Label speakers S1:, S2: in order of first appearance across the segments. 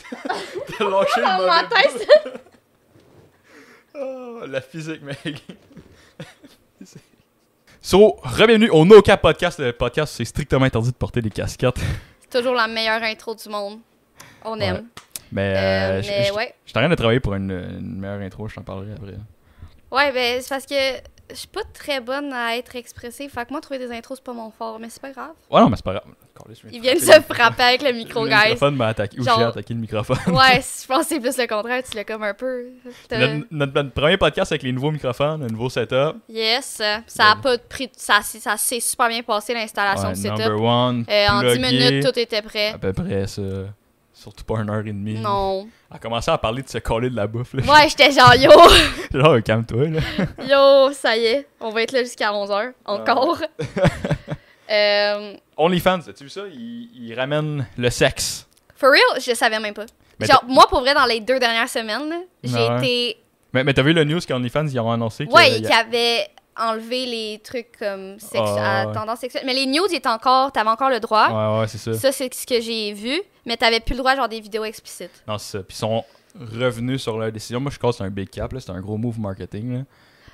S1: T'as lâché le
S2: Dans
S1: mauvais
S2: ma tête,
S1: bout. Ah, la physique, mec. so, bienvenue au No Cap Podcast. Le podcast, où c'est strictement interdit de porter des casquettes.
S2: c'est toujours la meilleure intro du monde. On
S1: Ouais.
S2: aime.
S1: Mais,
S2: Euh,
S1: euh, je-
S2: mais
S1: je-
S2: ouais.
S1: je suis en train de travailler pour une, une meilleure intro, je t'en parlerai après.
S2: Ouais, ben, c'est parce que je suis pas très bonne à être expressive. Fait que moi, trouver des intros, c'est pas mon fort, mais c'est pas grave.
S1: Ouais, non, mais c'est pas grave.
S2: Ils viennent se frapper avec le micro,
S1: Le
S2: guys.
S1: microphone m'a attaqué. Ou
S2: Genre-
S1: j'ai attaqué le microphone.
S2: Ouais, je pense que c'est plus le contraire. Tu l'as comme un peu. euh, T'as-
S1: Notre, notre- notre premier podcast avec les nouveaux microphones, le nouveau setup.
S2: Yes, euh, ça a pas de prix. Ça, s'est- ça s'est super bien passé l'installation
S1: Ben. Ouais,
S2: du setup.
S1: number one.
S2: Euh, en 10
S1: plugué,
S2: minutes, tout était prêt.
S1: À peu près ça. Surtout pas une heure et demie.
S2: Non.
S1: Elle commençait à parler de se coller de la bouffe. Là.
S2: Ouais, j'étais genre yo,
S1: Genre, euh, calme-toi. Là.
S2: yo, ça y est, on va être là jusqu'à 11h,
S1: Ah
S2: encore. Euh,
S1: OnlyFans, as-tu vu ça? Ils, ils ramènent le sexe.
S2: for real, je savais même pas.
S1: Mais
S2: genre,
S1: t'as- Ah
S2: moi, pour vrai, dans les deux dernières semaines, là, j'ai
S1: Ouais.
S2: été.
S1: Mais, mais t'as vu le news qu'OnlyFans, ils ont annoncé que.
S2: Ouais,
S1: il y
S2: qui
S1: a-
S2: avait enlevé les trucs comme sex-
S1: Ah,
S2: à
S1: ouais.
S2: tendance sexuelle. Mais les nudes, t'avais encore, t'avais encore le droit.
S1: Ouais, ouais, c'est ça.
S2: Ça, c'est ce que j'ai vu, mais t'avais plus le droit à genre des vidéos explicites.
S1: Non, c'est ça. Puis ils sont revenus sur leur décision. Moi, je crois que c'est un big cap. là. C'est un gros move marketing. Là.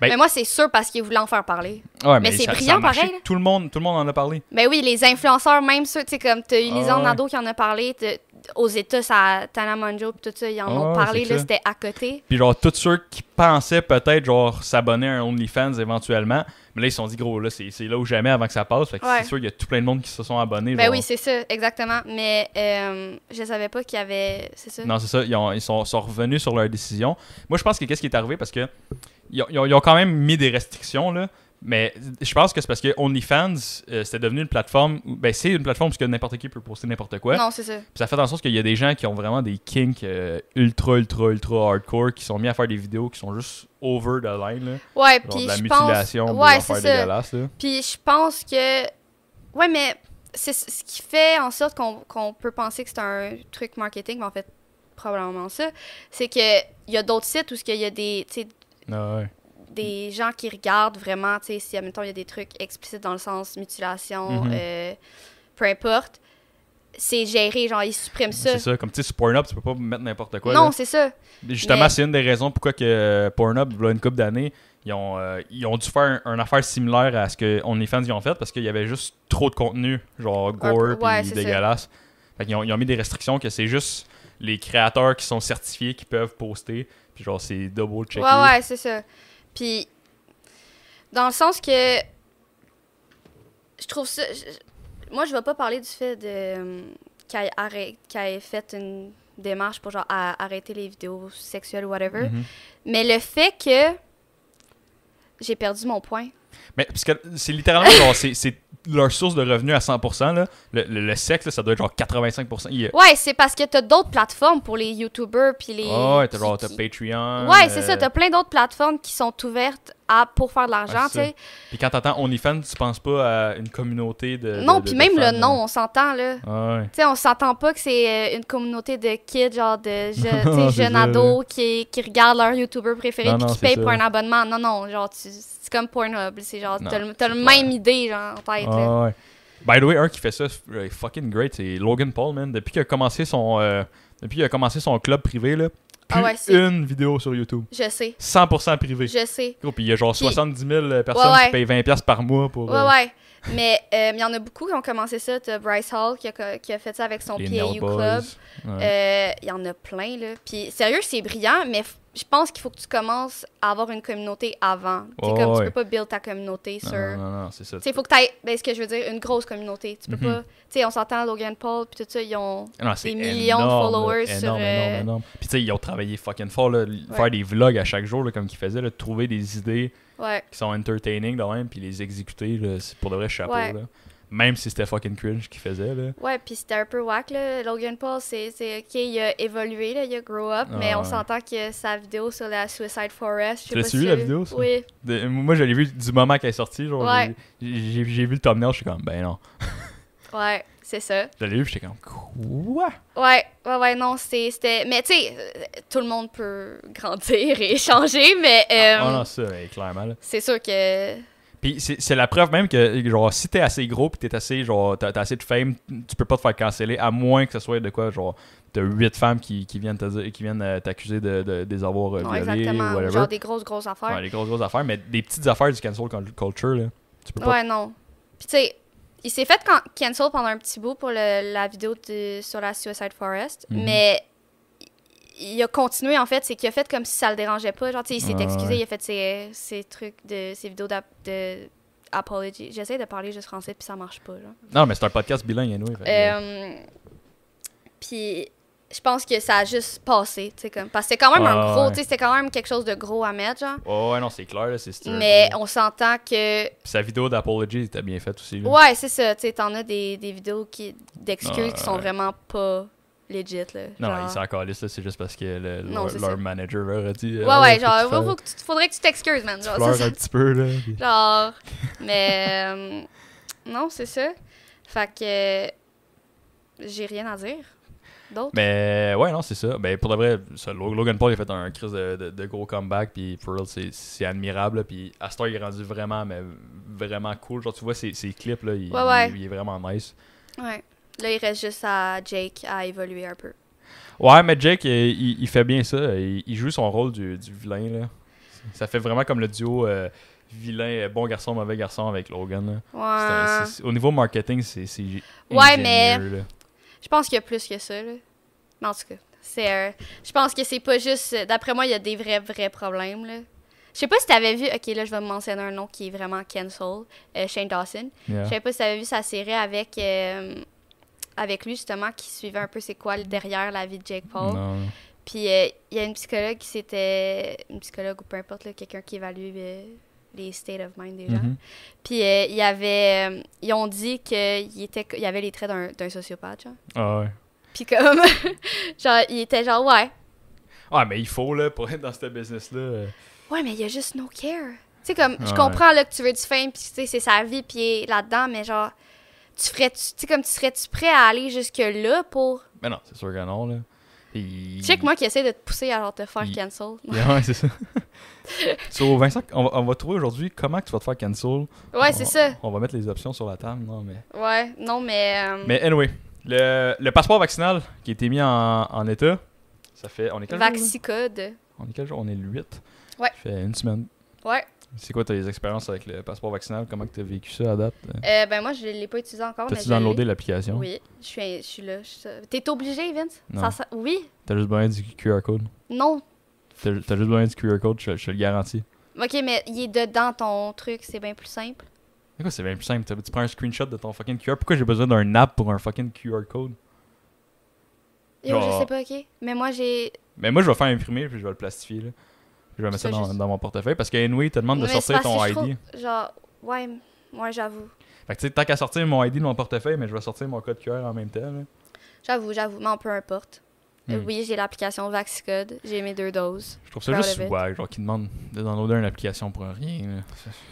S1: Ben-
S2: Mais moi, c'est sûr parce qu'ils voulaient en faire parler.
S1: Ouais,
S2: Mais c'est
S1: ça- ça a
S2: brillant
S1: marché.
S2: pareil, là.
S1: Tout le, monde, tout le monde en a parlé.
S2: Ben oui, les influenceurs, même ceux, tu sais, comme t'as eu
S1: Ah
S2: Lisanne
S1: ouais.
S2: Nadeau qui en a parlé, t'as- aux États, ça, Tana Monjo, pis tout ça, ils en
S1: Ah
S2: ont
S1: ouais,
S2: parlé, là,
S1: c'est clair.
S2: c'était à côté.
S1: Puis genre, tous ceux qui pensaient peut-être genre s'abonner à un OnlyFans éventuellement, mais là ils se sont dit gros, là c'est c'est là ou jamais avant que ça passe. Fait que
S2: Ouais.
S1: c'est sûr qu'il y a tout plein de monde qui se sont abonnés.
S2: Ben
S1: genre.
S2: oui, c'est ça, exactement. Mais euh, je savais pas qu'il y avait. C'est ça.
S1: Non, c'est ça. Ils, ont- ils sont, sont revenus sur leur décision. Moi, je pense que qu'est-ce qui est arrivé parce que ils ont, ils ont- ils ont quand même mis des restrictions là. Mais je pense que c'est parce que OnlyFans, euh, c'était devenu une plateforme. où- ben, c'est une plateforme parce que n'importe qui peut poster n'importe quoi.
S2: Non, c'est ça.
S1: Puis ça fait en sorte qu'il y a des gens qui ont vraiment des kinks euh, ultra, ultra, ultra hardcore qui sont mis à faire des vidéos qui sont juste over the line. Là.
S2: Ouais,
S1: Genre de
S2: puis
S1: la
S2: je
S1: mutilation,
S2: pense.
S1: des
S2: Ouais,
S1: affaires
S2: c'est ça.
S1: dégueulasses, là.
S2: Puis je pense que. Ouais, mais c'est ce ce qui fait en sorte qu'on qu'on peut penser que c'est un truc marketing, mais en fait, probablement ça. C'est qu'il y a d'autres sites où il y a des, tu sais,
S1: Ah ouais.
S2: des gens qui regardent vraiment, tu sais, si, admettons, il y a des trucs explicites dans le sens mutilation,
S1: Mhm.
S2: euh, peu importe, c'est géré, genre, ils suppriment ça.
S1: C'est ça, comme tu sais, sur Pornhub, tu peux pas mettre n'importe quoi.
S2: non,
S1: là.
S2: c'est ça.
S1: Justement,
S2: mais-
S1: c'est une des raisons pourquoi que Pornhub, voilà une couple d'années, ils ont, euh, ils ont dû faire un, une affaire similaire à ce que OnlyFans y ont fait parce qu'il y avait juste trop de contenu, genre
S2: Un peu,
S1: gore
S2: ouais,
S1: puis
S2: c'est ça.
S1: dégueulasse. Fait qu'ils ont, ils ont mis des restrictions que c'est juste les créateurs qui sont certifiés qui peuvent poster. Puis genre, c'est double checké.
S2: Ouais, ouais, c'est ça. Puis, dans le sens que je trouve ça. je- je- moi, je vais pas parler du fait de euh, qu'elle ait, arrêt- qu'elle ait fait une démarche pour genre à- arrêter les vidéos sexuelles ou whatever,
S1: Mhm.
S2: mais le fait que j'ai perdu mon point.
S1: Mais parce que c'est littéralement genre, c'est, c'est leur source de revenus à 100%. Là. Le, le- le sexe, là, ça doit être genre 85%. Il y a-
S2: Ouais, c'est parce que t'as d'autres plateformes pour les YouTubers puis les.
S1: Ah ouais, t'as
S2: qui-
S1: genre t'as
S2: qui-
S1: Patreon.
S2: Ouais, c'est ça.
S1: euh,
S2: T'as plein d'autres plateformes qui sont ouvertes à pour faire de l'argent,
S1: Ouais,
S2: tu
S1: c'est
S2: sais.
S1: Puis quand t'entends OnlyFans, tu penses pas à une communauté de. de-
S2: Non,
S1: de-
S2: puis
S1: de
S2: même
S1: fans, hein.
S2: le
S1: là.
S2: nom, on s'entend là.
S1: Ah ouais.
S2: Tu sais, on s'entend pas que c'est euh, une communauté de kids, genre de je-
S1: Non,
S2: tu sais,
S1: c'est
S2: jeunes
S1: ça,
S2: ados qui, qui regardent leur YouTuber préféré
S1: Non,
S2: puis
S1: non,
S2: qui
S1: c'est
S2: payent
S1: ça.
S2: pour un abonnement. Non, non, genre, tu- c'est comme Pornhub. C'est genre,
S1: Non,
S2: t'as le, t'as le
S1: c'est clair.
S2: même idée, genre, en tête. là.
S1: Ah ouais. By the way, un qui fait ça euh, fucking great, c'est Logan Paul, man. Depuis qu'il a commencé son, euh, depuis qu'il a commencé son club privé, là,
S2: Ah
S1: plus
S2: ouais, c'est-
S1: une vidéo sur YouTube.
S2: Je sais,
S1: 100% privé.
S2: je sais.
S1: Gros, Puis il y a genre
S2: Puis-
S1: 70 000 personnes
S2: Ouais,
S1: qui payent 20$ piastres par mois pour.
S2: Ouais,
S1: euh,
S2: ouais. Mais euh, il y en a beaucoup qui ont commencé ça. T'as Bryce Hall qui a, co- qui a fait ça avec son
S1: les
S2: PAU
S1: Nail Boys.
S2: Club.
S1: Ouais.
S2: Euh, Il y en a plein, là. Puis sérieux, c'est brillant, mais f- je pense qu'il faut que tu commences à avoir une communauté avant. Tu sais,
S1: Ouais,
S2: comme tu
S1: ouais.
S2: peux pas build ta communauté sur...
S1: Non, non, non, non, c'est ça.
S2: Tu sais, faut que t'ailles, ben, ce que je veux dire, une grosse communauté. Tu peux
S1: Mhm.
S2: pas, tu sais, on s'entend à Logan Paul, puis tout ça, ils ont...
S1: Non, c'est
S2: des millions de
S1: énorme, là.
S2: followers sur,
S1: Énorme, énorme,
S2: euh,
S1: énorme. Puis tu sais, ils ont travaillé fucking fort, là, faire des vlogs à chaque jour, là, comme qu'ils faisaient, là, de trouver des idées
S2: Ouais.
S1: qui sont entertaining de même, puis les exécuter, là, c'est pour de vrai chapeau.
S2: Ouais.
S1: Là. Même si c'était fucking cringe qu'ils faisaient. Là.
S2: Ouais, puis c'était un peu whack, là. Logan Paul, c'est, c'est- OK, il a évolué, là, il a grow up,
S1: Ah,
S2: mais on
S1: ouais.
S2: s'entend que sa vidéo sur la Suicide Forest... je sais
S1: Tu l'as
S2: pas
S1: suivi,
S2: si
S1: la
S2: tu-
S1: vidéo, ça?
S2: Oui.
S1: De- moi, je l'ai vu du moment qu'elle est sortie. Genre,
S2: Ouais.
S1: j'ai, j'ai- j'ai vu le thumbnail, je suis comme, ben non.
S2: Ouais, c'est ça.
S1: Je l'ai vu, j'étais comme, quoi?
S2: Ouais, ouais, ouais, non, c'est- c'était... Mais tu sais, euh, tout le monde peut grandir et changer, mais... euh,
S1: Ah non, ça, ouais, clairement. là.
S2: c'est sûr que...
S1: Puis c'est c'est la preuve même que, genre, si t'es assez gros, puis t'es assez, genre, t'as t'as assez de fame, tu peux pas te faire canceller, à moins que ce soit de quoi, genre, t'as huit femmes qui, qui viennent te dire- qui viennent euh, t'accuser de, de, des avoir euh,
S2: Non,
S1: violées ou
S2: exactement.
S1: whatever.
S2: Genre des grosses, grosses affaires.
S1: Ouais, les grosses, grosses affaires, mais des petites affaires du cancel cul- culture, là. Tu peux pas.
S2: Ouais, non. Puis tu sais, il s'est fait can- cancel pendant un petit bout pour le- la vidéo de- sur la Suicide Forest,
S1: Mhm.
S2: mais il il a continué en fait, c'est qu'il a fait comme si ça le dérangeait pas. Genre, tu sais, il s'est
S1: Ouais,
S2: excusé,
S1: ouais.
S2: il a fait ses, ses trucs, de, ses vidéos d'ap- de apology. J'essaie de parler juste français, puis ça marche pas. Là.
S1: Non, mais c'est un podcast bilingue, anyway. fait que-
S2: Euh, puis je pense que ça a juste passé, tu sais, comme. Parce que c'était quand même
S1: Ouais,
S2: un gros,
S1: ouais.
S2: tu sais, c'était quand même quelque chose de gros à mettre, genre.
S1: Ouais, ouais, non, c'est clair, là, c'est sûr.
S2: Mais on s'entend que
S1: Puis sa vidéo d'Apology était bien faite aussi. là.
S2: Ouais, c'est ça. Tu sais, t'en as des, des vidéos qui, d'excuses
S1: Ouais,
S2: qui sont
S1: ouais.
S2: vraiment pas legit, là.
S1: Non,
S2: genre.
S1: il s'en calisse, là, c'est juste parce que le-
S2: Non,
S1: leur,
S2: c'est
S1: leur
S2: ça.
S1: manager leur a dit. euh,
S2: Ouais, ouais, genre,
S1: il
S2: faut- faut que tu- faudrait que tu t'excuses, man. Genre, c'est
S1: pleures
S2: ça.
S1: un petit peu, là. puis-
S2: Genre, mais. euh, non, c'est ça. Fait que. euh, J'ai rien à dire. D'autre.
S1: Mais ouais, non, c'est ça. Ben, pour de vrai, ça, Lo- Logan Paul, il a fait un crise de, de- de gros comeback. Puis for real, c'est- c'est admirable. là, Puis Astor, il est rendu vraiment, mais vraiment cool. Genre, tu vois ses, ses clips, là, il,
S2: Ouais, ouais.
S1: il- il est vraiment nice.
S2: Ouais. Là, il reste juste à Jake à évoluer un peu.
S1: Ouais, mais Jake, il, il- il fait bien ça. Il, il joue son rôle du, du vilain, là. Ça fait vraiment comme le duo euh, vilain, euh, bon garçon, mauvais garçon avec Logan. là.
S2: Ouais.
S1: C'est un- c'est- au niveau marketing, c'est. c'est gé-
S2: Ah. Ouais,
S1: ingénieux,
S2: mais-
S1: là.
S2: Je pense qu'il y a plus que ça, là. Mais en tout cas, c'est. euh, je pense que c'est pas juste. euh, D'après moi, il y a des vrais, vrais problèmes, là. Je sais pas si t'avais vu. Ok, là, je vais mentionner un nom qui est vraiment cancel, euh, Shane Dawson.
S1: Yeah.
S2: Je sais pas si t'avais vu sa série avec. euh, avec lui, justement, qui suivait un peu c'est quoi le derrière la vie de Jake Paul.
S1: Non.
S2: Puis euh, il y a une psychologue qui s'était. Une psychologue ou peu importe, là, quelqu'un qui évalue euh, les state of mind des gens.
S1: Mhm.
S2: Puis euh, il y avait. euh, ils ont dit qu'il était, il avait les traits d'un, d'un sociopathe, genre.
S1: Ah ouais.
S2: Puis comme, genre, il était genre, ouais.
S1: Ah, mais il faut, là, pour être dans ce business-là. euh,
S2: Ouais, mais il y a juste no care. Tu sais, comme, je
S1: Ouais.
S2: comprends, là, que tu veux du fame, puis tu sais, c'est sa vie, puis il est là-dedans, mais genre, tu ferais, tu tu sais, comme, tu serais-tu prêt à aller jusque-là pour.
S1: Mais Ben non, c'est sûr que non, là. Il-
S2: Check, moi qui essaie de te pousser à genre, te faire
S1: Il-
S2: cancel.
S1: Yeah, ouais, c'est ça. so, Vincent, on va, on va trouver aujourd'hui comment tu vas te faire cancel.
S2: Ouais, c'est
S1: On-
S2: ça.
S1: On va mettre les options sur la table, non, mais...
S2: Ouais, non, mais. euh,
S1: Mais anyway, le, le passeport vaccinal qui a été mis en, en état, ça fait... On est quel jour,
S2: Vaxicode. Euh,
S1: là? On est quel jour? On est le 8.
S2: Ouais.
S1: Ça fait une semaine.
S2: Ouais.
S1: C'est quoi tes expériences avec le passeport vaccinal? Comment tu as vécu ça à date? Euh,
S2: Euh, ben, moi, je l'ai pas utilisé encore. mais
S1: T'as-tu
S2: je l'ai.
S1: downloadé l'application?
S2: Oui, je suis, je suis là. je suis- T'es obligé, Vince?
S1: Non.
S2: Ça- ça- Oui?
S1: T'as juste besoin du QR code?
S2: Non.
S1: T'as t'as juste besoin du QR code, je, je te le garantis.
S2: Ok, mais il est dedans ton truc, c'est bien plus simple.
S1: C'est quoi, c'est bien plus simple. T'as- Tu prends un screenshot de ton fucking QR. Pourquoi j'ai besoin d'un app pour un fucking QR code?
S2: Yo,
S1: Genre-
S2: je sais pas, ok. Mais moi, j'ai.
S1: Mais moi, je vais faire imprimer puis je vais le plastifier. Là. Je vais mettre ça
S2: Ça,
S1: dans,
S2: juste-
S1: dans mon portefeuille parce que Anyway, il te demande de
S2: Mais c'est
S1: sortir
S2: parce que
S1: ton
S2: je
S1: ID.
S2: trouve- Genre, ouais, m- ouais, j'avoue.
S1: Fait que tu sais, tant qu'à sortir mon ID de mon portefeuille, mais je vais sortir mon code QR en même temps. là.
S2: J'avoue, j'avoue. Mais peu importe.
S1: Hmm.
S2: Euh, Oui, j'ai l'application Vaxicode. J'ai mes deux doses.
S1: Je trouve ça
S2: Proud
S1: juste
S2: of it.
S1: swag, genre qui demande de downloader une application pour rien. là.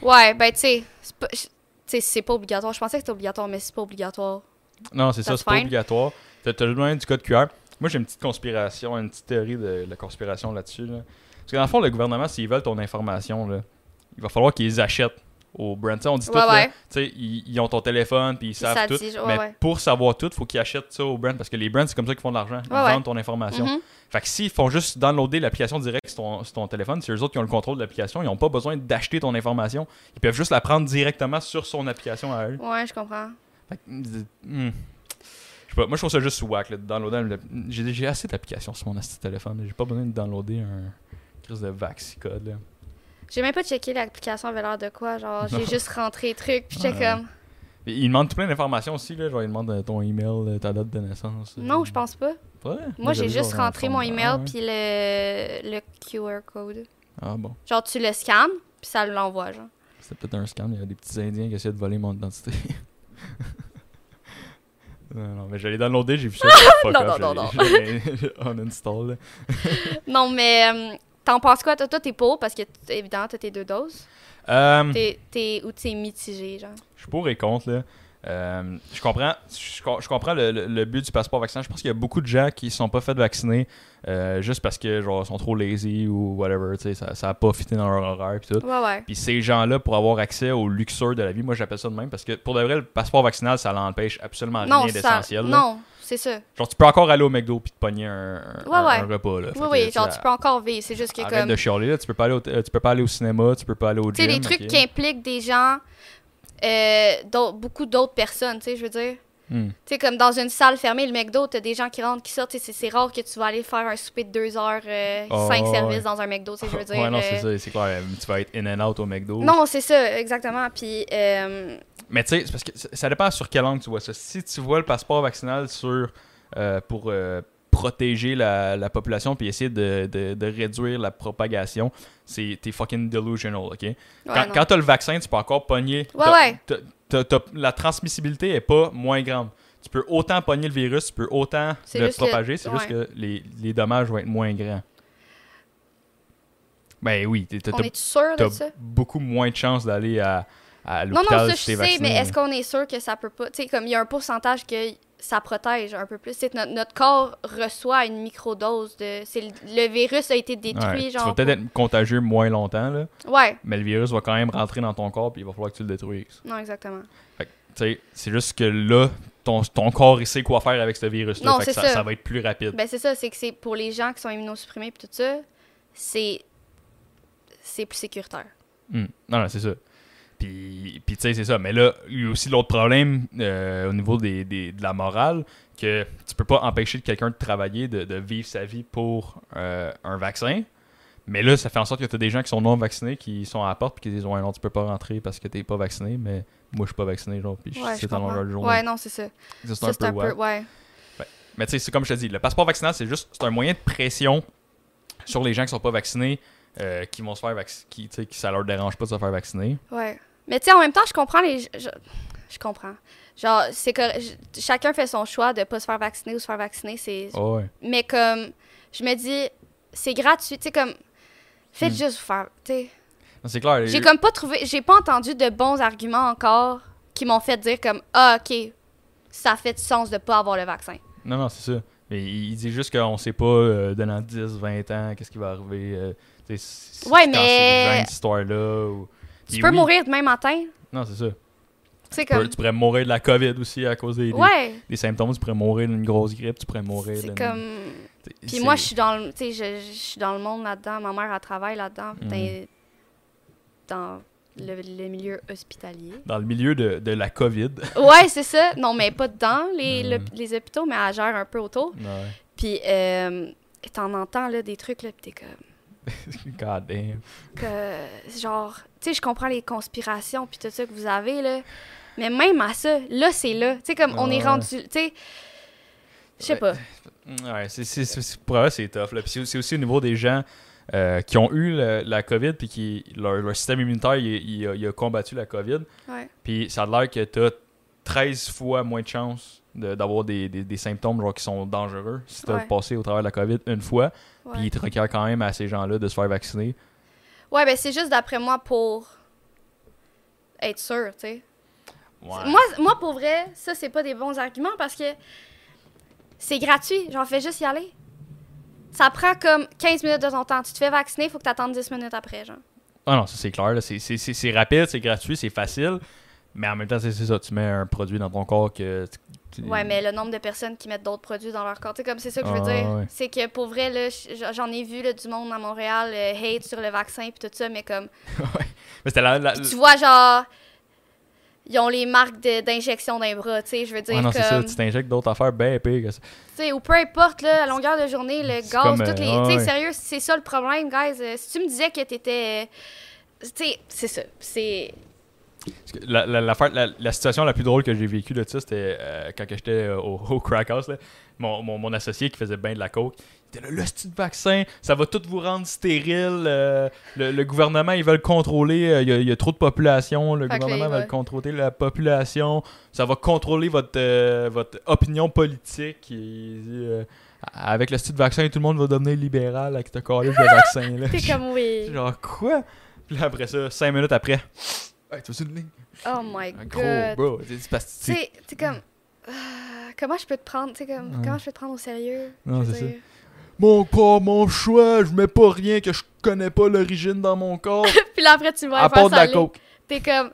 S2: Ouais, ben, tu sais, c'est pas- je- tu sais, c'est pas obligatoire. Je pensais que c'était obligatoire, mais c'est pas obligatoire.
S1: Non, c'est ça,
S2: That's
S1: c'est pas
S2: fine.
S1: obligatoire. T'as t'as juste besoin du code QR. Moi, j'ai une petite conspiration, une petite théorie de la conspiration là-dessus. là. Parce que dans le fond, le gouvernement, s'ils veulent ton information, là, il va falloir qu'ils les achètent au brand. Tu sais, on dit
S2: Ouais,
S1: tout, là,
S2: ouais.
S1: tu sais, ils, ils ont ton téléphone, puis ils savent
S2: ça
S1: tout.
S2: dit, ouais,
S1: mais
S2: ouais.
S1: pour savoir tout, faut qu'ils achètent ça au brand, parce que les brands, c'est comme ça qu'ils font de l'argent. Ils
S2: Ouais, ouais.
S1: vendent ton information.
S2: Mhm.
S1: Fait que s'ils font juste downloader l'application direct sur ton, sur ton téléphone, c'est eux autres qui ont le contrôle de l'application, ils n'ont pas besoin d'acheter ton information. Ils peuvent juste la prendre directement sur son application à eux.
S2: Mhm. Ouais, je comprends.
S1: Fait que, hmm. Je sais pas, moi, je trouve ça juste whack, là, de downloader. l'app- J'ai j'ai assez d'applications sur mon asti téléphone. J'ai pas besoin de downloader un crise de Vaxicode. là.
S2: J'ai même pas checké l'application avait l'air de quoi. Genre,
S1: Non.
S2: j'ai juste rentré truc, puis j'étais
S1: Ouais.
S2: comme.
S1: Et Ils demandent tout plein d'informations aussi. Là, genre, ils demandent euh, ton email, euh, ta date de naissance. euh.
S2: Non, je pense pas.
S1: Ouais,
S2: Moi, j'ai
S1: j'avais ça
S2: juste
S1: dans le
S2: rentré mon
S1: form- Ah,
S2: email,
S1: ouais.
S2: puis le, le QR code.
S1: Ah bon,
S2: Genre, tu le scannes, puis ça l'envoie, genre.
S1: c'était peut-être un scam. Il y a des petits Indiens qui essayaient de voler mon identité. non, non, mais j'allais downloader, j'ai vu ça. Fuck
S2: Non,
S1: off,
S2: non, non,
S1: j'allais- j'allais uninstall. là.
S2: Non, mais euh, t'en penses quoi? Toi, toi, t'es pour parce que, t- évidemment, t'as tes deux doses.
S1: Euh,
S2: T'es, t'es, ou t'es mitigé, genre.
S1: Je suis pour et contre. Là. Euh, je comprends, je, co- je comprends le, le- le but du passeport vaccinal. Je pense qu'il y a beaucoup de gens qui ne sont pas fait vacciner euh, juste parce que genre sont trop lazy ou whatever. tu sais, Ça n'a pas fité dans leur horaire. Pis tout.
S2: Ouais, ouais.
S1: Puis ces gens-là, pour avoir accès aux luxures de la vie, moi j'appelle ça de même parce que pour de vrai, le passeport vaccinal, ça l'empêche absolument
S2: Non, ça,
S1: rien d'essentiel. là.
S2: non, c'est ça.
S1: Genre, tu peux encore aller au McDo puis te pogner un, un-
S2: Ouais,
S1: un-
S2: ouais.
S1: un repas. Là. Fait
S2: Oui,
S1: que,
S2: oui, genre
S1: sais,
S2: tu peux encore vivre. C'est juste que
S1: Arrête
S2: comme.
S1: de chialer, là. Tu peux, pas aller au, euh, tu peux pas aller au cinéma, tu peux pas aller au
S2: Tu
S1: gym.
S2: sais, les trucs
S1: ok?
S2: qui impliquent des gens, euh, d'autres- beaucoup d'autres personnes, tu sais, je veux dire.
S1: Hmm.
S2: Tu sais, comme dans une salle fermée, le McDo, t'as des gens qui rentrent, qui sortent. tu sais, C'est c'est rare que tu vas aller faire un souper de deux heures, euh,
S1: Oh,
S2: cinq
S1: ouais.
S2: services dans un McDo, tu sais, je veux dire.
S1: ouais, non, c'est
S2: euh,
S1: ça, c'est clair. Tu vas être in and out au McDo.
S2: Non, c'est ça, exactement. Puis, euh,
S1: Mais tu sais, c'est parce que ça- ça dépend sur quel angle tu vois ça. Si tu vois le passeport vaccinal sur euh, pour euh, protéger la, la population puis essayer de, de- de réduire la propagation, c'est t'es fucking delusional, ok?
S2: ouais,
S1: quand
S2: non.
S1: quand t'as le vaccin, tu peux encore pogner.
S2: Ouais,
S1: t'as-
S2: ouais.
S1: t'as- t'as- t'as- la transmissibilité est pas moins grande. Tu peux autant pogner le virus, tu peux autant
S2: C'est
S1: le
S2: juste
S1: propager,
S2: que-
S1: c'est juste que les, les dommages vont être moins grands. Ben oui, t'es- t'as
S2: on
S1: t'as-
S2: est sûr de ça?
S1: t'as beaucoup moins de chances d'aller à, à
S2: Non, non,
S1: l'hôpital
S2: ça, je
S1: si t'es
S2: sais,
S1: vacciné.
S2: mais
S1: là.
S2: est-ce qu'on est sûr que ça peut pas. Tu sais, comme il y a un pourcentage que ça protège un peu plus. C'est que notre, notre corps reçoit une microdose de. c'est Le, le virus a été détruit,
S1: Ouais, Tu vas
S2: genre.
S1: peut-être être contagieux moins longtemps, là,
S2: Ouais,
S1: mais le virus va quand même rentrer dans ton corps puis il va falloir que tu le détruises.
S2: non, exactement.
S1: Tu sais, c'est juste que là, ton, ton corps, il sait quoi faire avec ce virus-là.
S2: Non,
S1: fait que
S2: c'est
S1: ça,
S2: ça.
S1: ça va être plus rapide.
S2: Ben, c'est ça, c'est que c'est pour les gens qui sont immunosupprimés et tout ça, c'est. C'est plus sécuritaire.
S1: Hmm. Non, non, c'est ça. Puis, puis tu sais, c'est ça. Mais là, il y a aussi l'autre problème euh, au niveau des, des- de la morale, que tu peux pas empêcher quelqu'un de travailler, de, de vivre sa vie pour euh, un vaccin. Mais là, ça fait en sorte que tu as des gens qui sont non vaccinés, qui sont à la porte, puis qui disent Ouais, non, tu peux pas rentrer parce que t'es pas vacciné, mais moi, je suis pas vacciné, genre, puis je
S2: Ouais, je
S1: c'est en
S2: comprends.
S1: longueur de journée.
S2: Ouais, non, c'est ça.
S1: Ça,
S2: Ça, c'est un peu.
S1: whack.
S2: Ouais.
S1: Mais tu sais, c'est comme je te dis, le passeport vaccinal, c'est juste c'est un moyen de pression sur les gens qui sont pas vaccinés, euh, qui vont se faire vacciner, qui, tu sais, qui ça leur dérange pas de se faire vacciner.
S2: Ouais. Mais tu sais, en même temps, je comprends les. Je, je- je comprends. Genre, c'est que chacun fait son choix de pas se faire vacciner ou se faire vacciner. C'est.
S1: Ah ouais.
S2: Mais comme, je me dis, c'est gratuit. Tu sais, comme, faites
S1: Hmm.
S2: juste vous faire. tu sais.
S1: Non, C'est clair.
S2: J'ai comme pas trouvé, j'ai pas entendu de bons arguments encore qui m'ont fait dire comme, ah, ok, ça fait du sens de pas avoir le vaccin.
S1: Non, non, c'est ça. Mais il il dit juste qu'on sait pas euh, dans 10, 20 ans, qu'est-ce qui va arriver. euh, tu sais, si- si
S2: Ouais,
S1: tu t'en
S2: mais-
S1: sais déjà une histoire-là. ou-
S2: Tu
S1: Puis
S2: peux
S1: oui,
S2: mourir demain matin.
S1: Non, c'est ça. Tu,
S2: Tu sais,
S1: peux-
S2: comme,
S1: tu pourrais mourir de la COVID aussi à cause des, des-
S2: ouais,
S1: des symptômes. Tu pourrais mourir d'une grosse grippe. Tu pourrais mourir d'une.
S2: c'est comme.
S1: tu sais,
S2: Puis
S1: c'est-
S2: moi, je suis dans le, tu sais, je, je suis dans le monde là-dedans. Ma mère, elle travaille là-dedans.
S1: Mhm.
S2: dans- Dans le, le milieu hospitalier.
S1: Dans le milieu de, de la COVID.
S2: Ouais, c'est ça. Non, mais pas dans les,
S1: Mhm.
S2: l'hôp- les hôpitaux, mais elle gère un peu autour.
S1: Ouais.
S2: Puis, euh, t'en entends, là, des trucs, là, pis t'es comme...
S1: God damn.
S2: que- genre, tu sais, je comprends les conspirations puis tout ça que vous avez, là. Mais même à ça, là, c'est là. Tu sais, comme, on
S1: Ouais.
S2: est rendu... Tu sais, je sais
S1: Ouais.
S2: pas.
S1: Ouais, c'est, c'est, c'est- c'est- pour eux, c'est tough. là. Puis c'est, c'est aussi au niveau des gens euh, qui ont eu le- la COVID, puis qui, leur, leur système immunitaire, il, il a, il a combattu la COVID.
S2: Ouais.
S1: Puis ça a l'air que t'as 13 fois moins de chances de- d'avoir des, des- des symptômes genre, qui sont dangereux si t'as
S2: Ouais.
S1: passé au travers de la COVID une fois. Puis
S2: Ouais,
S1: ils te requièrent quand même à ces gens-là de se faire vacciner.
S2: ouais ben, c'est juste, d'après moi, pour être sûr, tu sais.
S1: Ouais.
S2: Moi, moi, pour vrai, ça, c'est pas des bons arguments parce que c'est gratuit. J'en fais juste y aller. Ça prend comme 15 minutes de ton temps. Tu te fais vacciner, faut que t'attendes 10 minutes après, genre.
S1: Ah non, ça c'est clair. là. C'est, c'est- c'est- c'est rapide, c'est gratuit, c'est facile. Mais en même temps, c'est, c'est ça. Tu mets un produit dans ton corps que. tu- tu-
S2: Ouais, mais le nombre de personnes qui mettent d'autres produits dans leur corps, tu sais, comme c'est ça que je veux
S1: Ah,
S2: dire.
S1: ouais.
S2: C'est que pour vrai, là, j- j'en ai vu là, du monde à Montréal euh, hate sur le vaccin puis tout ça, mais comme
S1: Mais c'était la- la-
S2: tu vois, genre, ils ont les marques de- d'injection d'un bras, tu sais, je veux dire,
S1: Ouais, Ah non, c'est ça.
S2: comme,
S1: Tu
S2: tu
S1: t'injectes d'autres affaires bien pires que ça.
S2: sais, ou peu importe, là, à longueur de journée, le
S1: C'est
S2: gaz,
S1: comme,
S2: toutes les.
S1: euh,
S2: tu sais,
S1: ouais.
S2: sérieux, c'est ça le problème, guys. Euh, si tu me disais que t'étais. euh, tu sais, c'est ça. C'est.
S1: Parce que La, la, l'affaire- la- la situation la plus drôle que j'ai vécue de ça, c'était euh, quand que j'étais euh, au, au crack house. là. Mon, mon, mon associé qui faisait bien de la coke, il était là, le style de vaccin, ça va tout vous rendre stérile. euh, le, le gouvernement, ils veulent contrôler, euh, il y a- il y, a trop de population,
S2: Fait
S1: le
S2: que là,
S1: gouvernement
S2: il va-
S1: veut contrôler la population, ça va contrôler votre, euh, votre opinion politique. Et il dit, euh, avec le style de vaccin, tout le monde va devenir libéral avec ce corps de vaccin. là.
S2: T'es comme oui.
S1: Genre, quoi? Puis là, après ça, cinq minutes après, Hey, tu veux une ligne?
S2: Oh my
S1: Un
S2: god.
S1: Gros, bro. C'est- c'est parce que-
S2: Tu sais, t'es comme. Ah, comment je peux te prendre, tu sais, comme.
S1: Ouais.
S2: Comment je peux te prendre au sérieux?
S1: Non,
S2: Je veux
S1: c'est ça.
S2: dire.
S1: Mon corps, mon choix, je mets pas rien que je connais pas l'origine dans mon corps.
S2: Puis là, après, tu me vois
S1: à part
S2: faire
S1: de la
S2: ça.
S1: coke.
S2: T'es comme.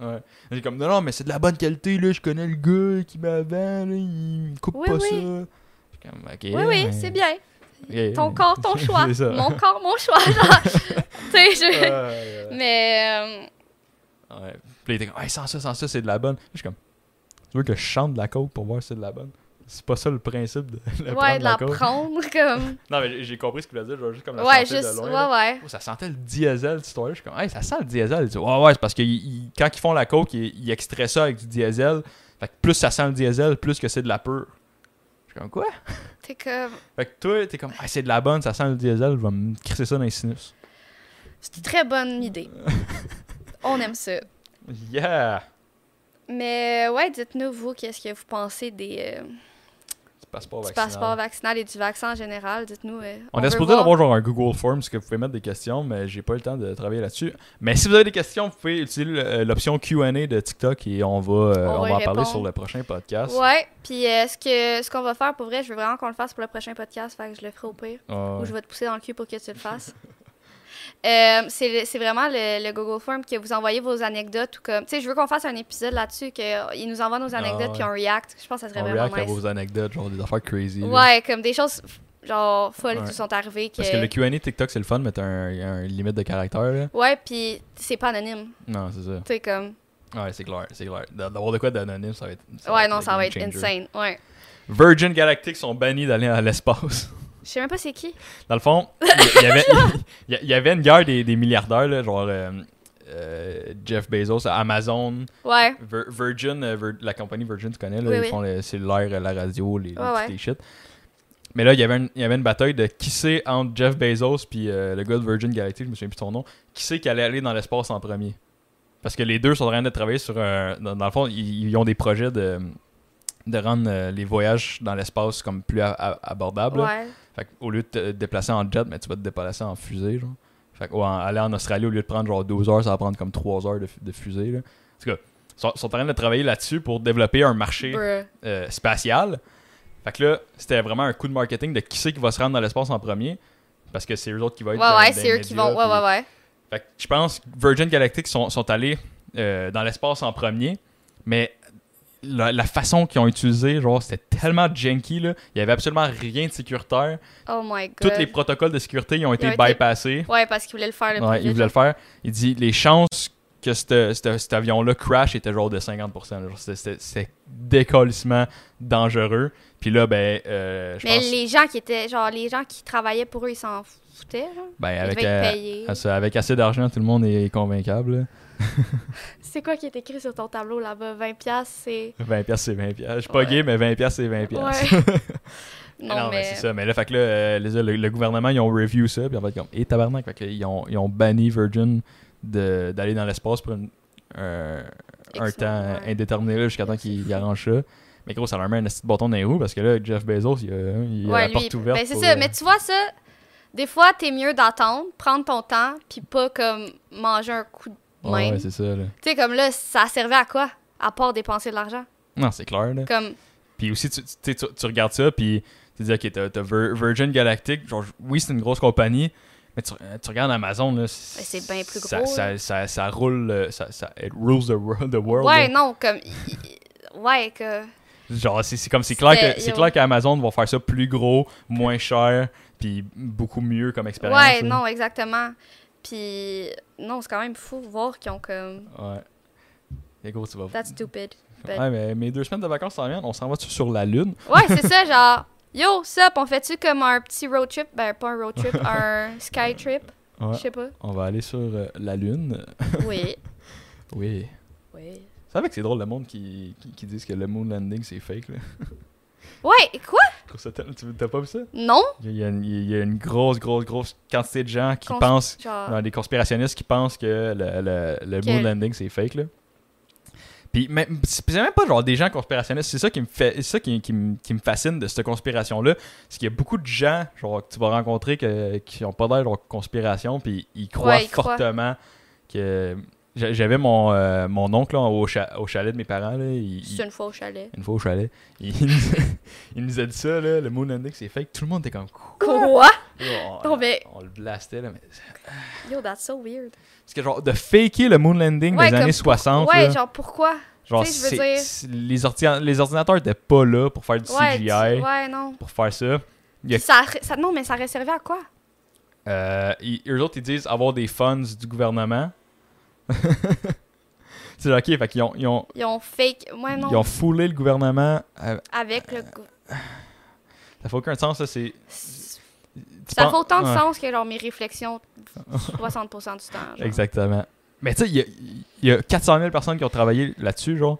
S1: Ouais. J'ai comme, non, non, mais c'est de la bonne qualité, là. Je connais le gars qui m'a avant, là. Il me coupe
S2: Oui,
S1: pas
S2: oui.
S1: ça. J'étais comme, ok.
S2: Oui, oui, c'est bien. Ton corps, ton choix.
S1: C'est ça.
S2: Mon corps, mon choix. genre. tu sais, je.
S1: Ouais, ouais.
S2: Mais. euh,
S1: Ouais. Puis il était comme, hey, sans ça, sans ça, c'est de la bonne. Je suis comme, tu veux que je chante de la coke pour voir si c'est de la bonne? C'est pas ça le principe de la prendre
S2: euh, ouais,
S1: de
S2: de
S1: la
S2: la
S1: coke.
S2: prendre, comme.
S1: Non, mais j'ai- j'ai compris ce qu'il voulait dire. Je vais juste comme la
S2: ouais,
S1: sentir de
S2: juste.
S1: loin,
S2: ouais,
S1: là.
S2: ouais.
S1: Oh, ça sentait le diesel, cette histoire-là. Je suis comme, hey, ça sent le diesel. Il dit, ouais, ouais, c'est parce que ils- ils- quand ils font la coke, ils, ils extraient ça avec du diesel. Fait que plus ça sent le diesel, plus que c'est de la pure. Je suis comme, quoi?
S2: T'es comme.
S1: Fait que toi, t'es comme, ah, c'est de la bonne, ça sent le diesel, je vais me crisser ça dans les sinus.
S2: C'est une très bonne idée. On aime ça.
S1: Yeah!
S2: Mais euh, ouais, dites-nous, vous, qu'est-ce que vous pensez des, euh,
S1: Du passeport
S2: du
S1: vaccinal.
S2: passeport vaccinal et du vaccin en général? Dites-nous. euh,
S1: On,
S2: veut
S1: est supposé
S2: voir.
S1: avoir genre un Google Forms que vous pouvez mettre des questions, mais j'ai pas eu le temps de travailler là-dessus. Mais si vous avez des questions, vous pouvez utiliser le- euh, l'option Q&A de TikTok et on va, euh,
S2: On va
S1: on va
S2: y
S1: en
S2: répondre.
S1: parler sur le prochain podcast.
S2: Ouais, puis euh, ce que ce qu'on va faire pour vrai, je veux vraiment qu'on le fasse pour le prochain podcast, fait que je le ferai au pire.
S1: Ah,
S2: Ou je vais te pousser dans le cul pour que tu le fasses. Euh, c'est c'est vraiment le, le Google Form que vous envoyez vos anecdotes ou comme. Tu sais, je veux qu'on fasse un épisode là-dessus, qu'ils nous envoient nos
S1: Ah,
S2: anecdotes
S1: ouais.
S2: puis on react. Je pense que ça serait
S1: on
S2: vraiment
S1: react à
S2: nice.
S1: vos anecdotes, genre des affaires crazy. là.
S2: Ouais, comme des choses genre folles
S1: Ouais.
S2: qui sont arrivées. Que...
S1: Parce que le Q&A TikTok, c'est le fun, mais t'as un, un limite de caractère. là.
S2: Ouais, puis c'est pas anonyme.
S1: Non, c'est ça.
S2: Tu sais, comme.
S1: Ouais, c'est clair, c'est clair. D'avoir de quoi d'anonyme, ça va être...
S2: ouais, non,
S1: le
S2: ça va être
S1: game
S2: insane.
S1: changer.
S2: Ouais.
S1: Virgin Galactic sont bannis d'aller à l'espace.
S2: Je sais même pas c'est qui.
S1: Dans le fond, il y, avait, il y- il y avait une guerre des, des milliardaires, là, genre euh, euh, Jeff Bezos, Amazon,
S2: Ouais.
S1: Vir- Virgin, euh, Vir- la compagnie Virgin, tu connais, là,
S2: Oui,
S1: ils
S2: oui.
S1: font le cellulaire, euh, la radio, les, les
S2: Ouais, ouais.
S1: petits shit. Mais là, il y avait une, il y avait une bataille de qui c'est entre Jeff Bezos puis euh, le gars de Virgin Galactic, je me souviens plus de son nom, qui c'est qui allait aller dans l'espace en premier. Parce que les deux sont en train de travailler sur un. Dans, dans le fond, ils, ils ont des projets de, de rendre euh, les voyages dans l'espace comme plus a- a- abordables. là.
S2: Ouais.
S1: Fait qu'au lieu de te déplacer en jet, mais tu vas te déplacer en fusée, genre. Fait que, ou en- aller en Australie, au lieu de prendre genre 12 heures, ça va prendre comme 3 heures de, fu- de fusée, là. En tout cas, ils sont, sont en train de travailler là-dessus pour développer un marché
S2: Bruh.
S1: euh, spatial. Fait que là, c'était vraiment un coup de marketing de qui c'est qui va se rendre dans l'espace en premier. Parce que c'est eux autres qui vont
S2: Ouais,
S1: être dans-
S2: ouais,
S1: dans
S2: c'est
S1: les
S2: eux qui
S1: médias,
S2: vont. Ouais,
S1: puis-
S2: ouais, ouais.
S1: fait que je pense que Virgin Galactic sont, sont allés euh, dans l'espace en premier, mais la, la façon qu'ils ont utilisé, genre, c'était tellement janky, là. Il y avait absolument rien de sécuritaire.
S2: Oh my god.
S1: Tous les protocoles de sécurité ils ont été
S2: ont été-
S1: bypassés.
S2: Ouais, parce qu'ils voulaient le faire le
S1: Ouais,
S2: plus
S1: il
S2: vite.
S1: voulait le faire. Il dit les chances que c'te- c'te- cet avion-là crash étaient genre de 50%. là. Genre, c'était- C'était c'était décollissement dangereux. Puis là, ben, euh, je
S2: Mais
S1: pense,
S2: les gens qui étaient. Genre, les gens qui travaillaient pour eux, ils s'en foutaient, genre.
S1: ben,
S2: Ils
S1: avec,
S2: devaient être
S1: euh,
S2: payés.
S1: assez- avec assez d'argent, tout le monde est convaincable. là.
S2: C'est quoi qui est écrit sur ton tableau là-bas 20$, piastres, c'est.
S1: 20$ piastres, c'est 20$. piastres. Je suis pas
S2: Ouais.
S1: gay, mais 20$, piastres, c'est 20$. piastres.
S2: Ouais.
S1: Non,
S2: non,
S1: mais,
S2: mais.
S1: c'est ça. Mais là, fait que là, euh, les- le, le gouvernement, ils ont review ça, puis en fait, comme, et tabarnak, fait que ils ont, ils ont banni Virgin de- d'aller dans l'espace pour une- un- un
S2: Excellent,
S1: temps
S2: ouais.
S1: indéterminé, là, jusqu'à temps qu'ils qu'ils arrangent ça. Mais gros, ça leur met un petit bâton dans les roues, parce que là, Jeff Bezos, il a, il a
S2: ouais,
S1: la
S2: lui,
S1: porte ouverte.
S2: Ben, c'est
S1: pour,
S2: ça.
S1: euh,
S2: Mais tu vois, ça, des fois, t'es mieux d'attendre, prendre ton temps, puis pas comme manger un coup de
S1: ouais,
S2: main.
S1: ouais,
S2: tu
S1: c'est ça, là.
S2: sais, comme là, ça servait à quoi À part dépenser de l'argent.
S1: Non, c'est clair, là.
S2: Comme,
S1: Puis aussi, tu, tu, tu sais, tu- tu regardes ça, puis tu te dis, OK, t'as t'as Vir- Virgin Galactic, genre, oui, c'est une grosse compagnie, mais tu, euh, tu regardes Amazon, là.
S2: Ben, c'est bien plus
S1: ça-
S2: gros,
S1: Ça,
S2: là.
S1: ça- ça roule, euh, ça, ça- it rules the world. The world
S2: ouais,
S1: là.
S2: non, comme. y- y- Ouais, que.
S1: Genre, c'est c'est comme, c'est clair que
S2: C'était-
S1: c'est
S2: yo.
S1: clair qu'Amazon va faire ça plus gros, moins cher, puis beaucoup mieux comme expérience.
S2: Ouais,
S1: là.
S2: non, exactement. Puis, non, c'est quand même fou de voir qu'ils ont comme.
S1: Ouais. Et gros, tu vas.
S2: That's stupid. but-
S1: Ouais, mais mes deux semaines de vacances s'en viennent, on s'en va sur la Lune.
S2: Ouais, c'est ça, genre. Yo, sup, on fait-tu comme un petit road trip? Ben, pas un road trip, un sky trip?
S1: Ouais.
S2: Je sais pas.
S1: On va aller sur euh, la Lune.
S2: Oui.
S1: Oui.
S2: Oui.
S1: C'est vrai que c'est drôle le monde qui, qui, qui disent que le moon landing c'est fake. Là.
S2: Ouais, quoi?
S1: Je trouve ça tellement- tu- T'as pas vu ça?
S2: Non?
S1: Il y, a une, il y a une grosse, grosse, grosse quantité de gens qui
S2: Cons-
S1: pensent
S2: Genre.
S1: Non, des conspirationnistes qui pensent que le, le, le
S2: Ah. Que-
S1: moon landing c'est fake là. Puis même c'est c'est même pas genre des gens conspirationnistes, c'est ça qui me fait c'est ça qui, qui me- qui me fascine de cette conspiration là, c'est qu'il y a beaucoup de gens genre que tu vas rencontrer que, qui ont pas d'air de conspiration puis ils croient
S2: Ouais, ils croient.
S1: fortement que J'a- J'avais mon, euh, mon oncle là, au, cha- au chalet de mes parents. Là, il- il-
S2: Juste une fois au chalet.
S1: une fois au chalet. Il, il nous, il nous a dit ça, là, le Moon Index, c'est fake. Tout le monde était comme cool.
S2: Quoi?
S1: Là, on,
S2: Non, mais-
S1: on le blastait, là, mais...
S2: Yo, that's so weird.
S1: Parce que, genre, de faker le moon landing
S2: Ouais,
S1: des
S2: comme
S1: années
S2: pour-
S1: 60,
S2: ouais,
S1: là,
S2: genre pourquoi?
S1: genre,
S2: tu sais, je veux
S1: c'est-
S2: dire-
S1: c'est- les, ordi- les ordinateurs étaient pas là pour faire du
S2: Ouais,
S1: CGI,
S2: tu- ouais, non.
S1: pour faire ça. Il y a-
S2: Puis Ça, ça, non, mais ça aurait servi à quoi?
S1: Euh, ils- eux autres, ils disent avoir des funds du gouvernement. c'est genre, ok, fait qu'ils ont, ils ont,
S2: Ils ont fake. Ouais, non.
S1: ils ont foulé le gouvernement. euh,
S2: Avec le. go-
S1: ça fait aucun sens, ça, c'est... tu
S2: Ça
S1: penses-
S2: fait autant de
S1: Ouais.
S2: sens que genre mes réflexions 60% du temps. genre.
S1: Exactement. Mais tu sais, il y a- il y, a 400 000 personnes qui ont travaillé là-dessus, genre.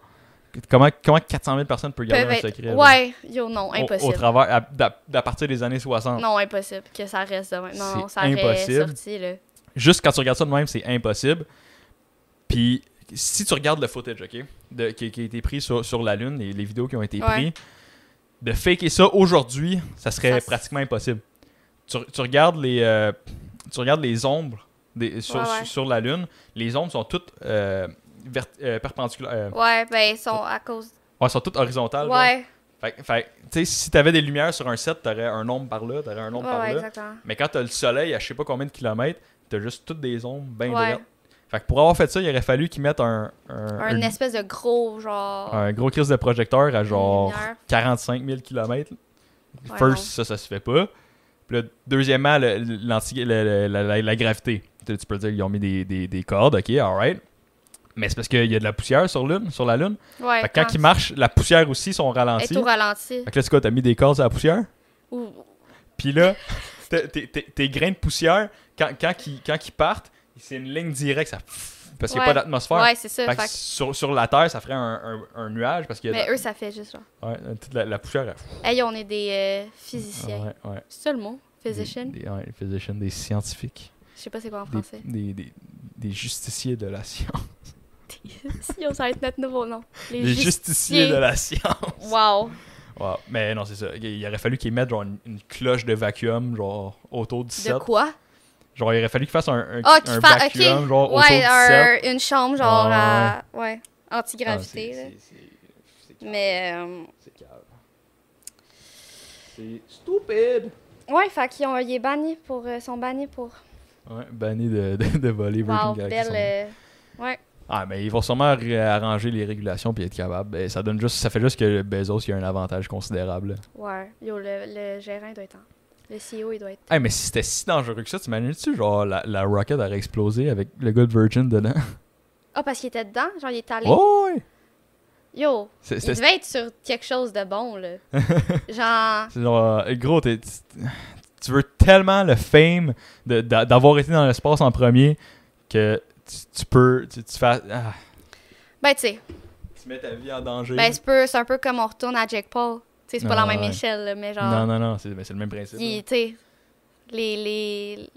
S1: Comment, comment 400 000 personnes peuvent garder
S2: Peuvent
S1: un
S2: être-
S1: secret? là,
S2: Ouais, yo, non,
S1: au-
S2: impossible.
S1: Au, travers, à, d'à- d'à partir des années 60.
S2: Non, impossible que ça reste de même. Non, non,
S1: Ah. C'est
S2: ça aurait
S1: impossible.
S2: sorti, là.
S1: Juste quand tu regardes ça de même, c'est impossible. Puis, si tu regardes le footage, OK, de- qui, qui a été pris sur, sur la Lune, les, les vidéos qui ont été
S2: Ouais.
S1: prises, de faker ça aujourd'hui, ça serait
S2: Ça s-
S1: pratiquement impossible. Tu, tu regardes les, euh, tu regardes les ombres des- sur,
S2: Ouais, ouais.
S1: sur- sur la Lune, les ombres sont toutes euh, vert- euh, perpendiculaires. euh,
S2: Ouais, ben, ils sont à cause.
S1: Ouais, elles sont toutes horizontales. Ah, genre.
S2: Ouais,
S1: Fait, fait tu sais, si t'avais des lumières sur un set, t'aurais un nombre par là, t'aurais un
S2: ouais,
S1: nombre par
S2: ouais,
S1: là.
S2: exactement.
S1: Mais quand t'as le soleil à je sais pas combien de kilomètres, t'as juste toutes des ombres bien
S2: Ouais.
S1: droites. Fait que pour avoir fait ça, il aurait fallu qu'ils mettent un, un,
S2: Un
S1: un-
S2: espèce de gros, genre.
S1: un gros crise de projecteur à genre
S2: lumière.
S1: 45 000 kilomètres.
S2: Ouais, non.
S1: First, ça, ça se fait pas. Puis là, deuxièmement, le- l'anti- le- le- la, la- la gravité. Tu tu peux dire qu'ils ont mis des, des, des cordes, ok, alright. Mais c'est parce qu'il y a de la poussière sur, lune, sur la Lune.
S2: Ouais,
S1: Fait que quand ils marchent, la poussière aussi sont
S2: elle
S1: ralenties.
S2: est au ralenti.
S1: Fait que là, c'est quoi, t'as mis des cordes à la poussière?
S2: Ou-
S1: Puis là, t'es- t'es- t'es- tes grains de poussière, quand, quand, ils, quand qu'ils partent, c'est une ligne directe, ça pff, parce qu'il n'y a
S2: Ouais.
S1: pas d'atmosphère.
S2: Ouais, c'est ça.
S1: Fait que
S2: fait que-
S1: sur, sur la Terre, ça ferait un, un- un nuage parce qu'il y a
S2: Mais
S1: de-
S2: eux, ça fait juste genre.
S1: ouais, toute la, la poussière. elle- pff,
S2: Hey, on est des euh, physiciens.
S1: ouais, ouais.
S2: C'est ça le mot? Physician?
S1: Des, des- ouais, physician, des scientifiques.
S2: Je sais pas c'est quoi en
S1: Des,
S2: français.
S1: des, des- des justiciers de la science.
S2: si, on s'arrête notre nouveau nom. Les,
S1: Des
S2: ju-
S1: justiciers de la science.
S2: Wow.
S1: Ouais, mais non, c'est ça. Il il aurait fallu qu'ils mettent genre, une, une cloche de vacuum genre autour du set.
S2: De quoi?
S1: Genre, il aurait fallu qu'ils fassent un, un,
S2: Ah,
S1: un
S2: qui fa- ok.
S1: vacuum genre autour du
S2: ouais,
S1: set.
S2: un- une chambre, genre,
S1: Ouais.
S2: à- ouais,
S1: Ah,
S2: anti-gravité. là.
S1: c'est- c'est- c'est- c'est
S2: Mais, euh,
S1: cave, C'est cave. C'est stupide.
S2: ouais, fait qu'ils ont, ils est banni pour, euh, sont bannis pour.
S1: Ouais, banni de, de, de voler Virgin
S2: Wow,
S1: Galactic
S2: belle.
S1: son-
S2: euh, ouais,
S1: Ah, mais ils vont sûrement ré- arranger les régulations puis être capables. Ben, ça, donne juste, ça fait juste que Bezos, il y a un avantage considérable.
S2: euh, ouais. Yo, le, le gérant, il doit être en. Le CEO, il doit être.
S1: Hey, mais si c'était si dangereux que ça, t'imagines-tu, genre, la, la rocket aurait explosé avec le gars de Virgin dedans?
S2: Ah, parce qu'il était dedans? Genre, il est allé.
S1: Oh, ouais!
S2: Yo,
S1: C'est-
S2: il
S1: C'était
S2: devait être sur quelque chose de bon, là. genre.
S1: C'est genre, euh, gros, t'es- tu tu veux tellement le fame de- d'a- d'avoir été dans l'espace en premier que tu, tu peux, tu, tu fais, ah,
S2: Ben, tu sais,
S1: tu mets ta vie en danger.
S2: ben, c'est peu- c'est un peu comme on retourne à Jack Paul. Tu sais, c'est pas la
S1: Ah,
S2: même
S1: ouais.
S2: échelle, là, mais genre.
S1: non, non, non, c'est mais c'est le même principe.
S2: Il-
S1: là.
S2: tu sais, les, les,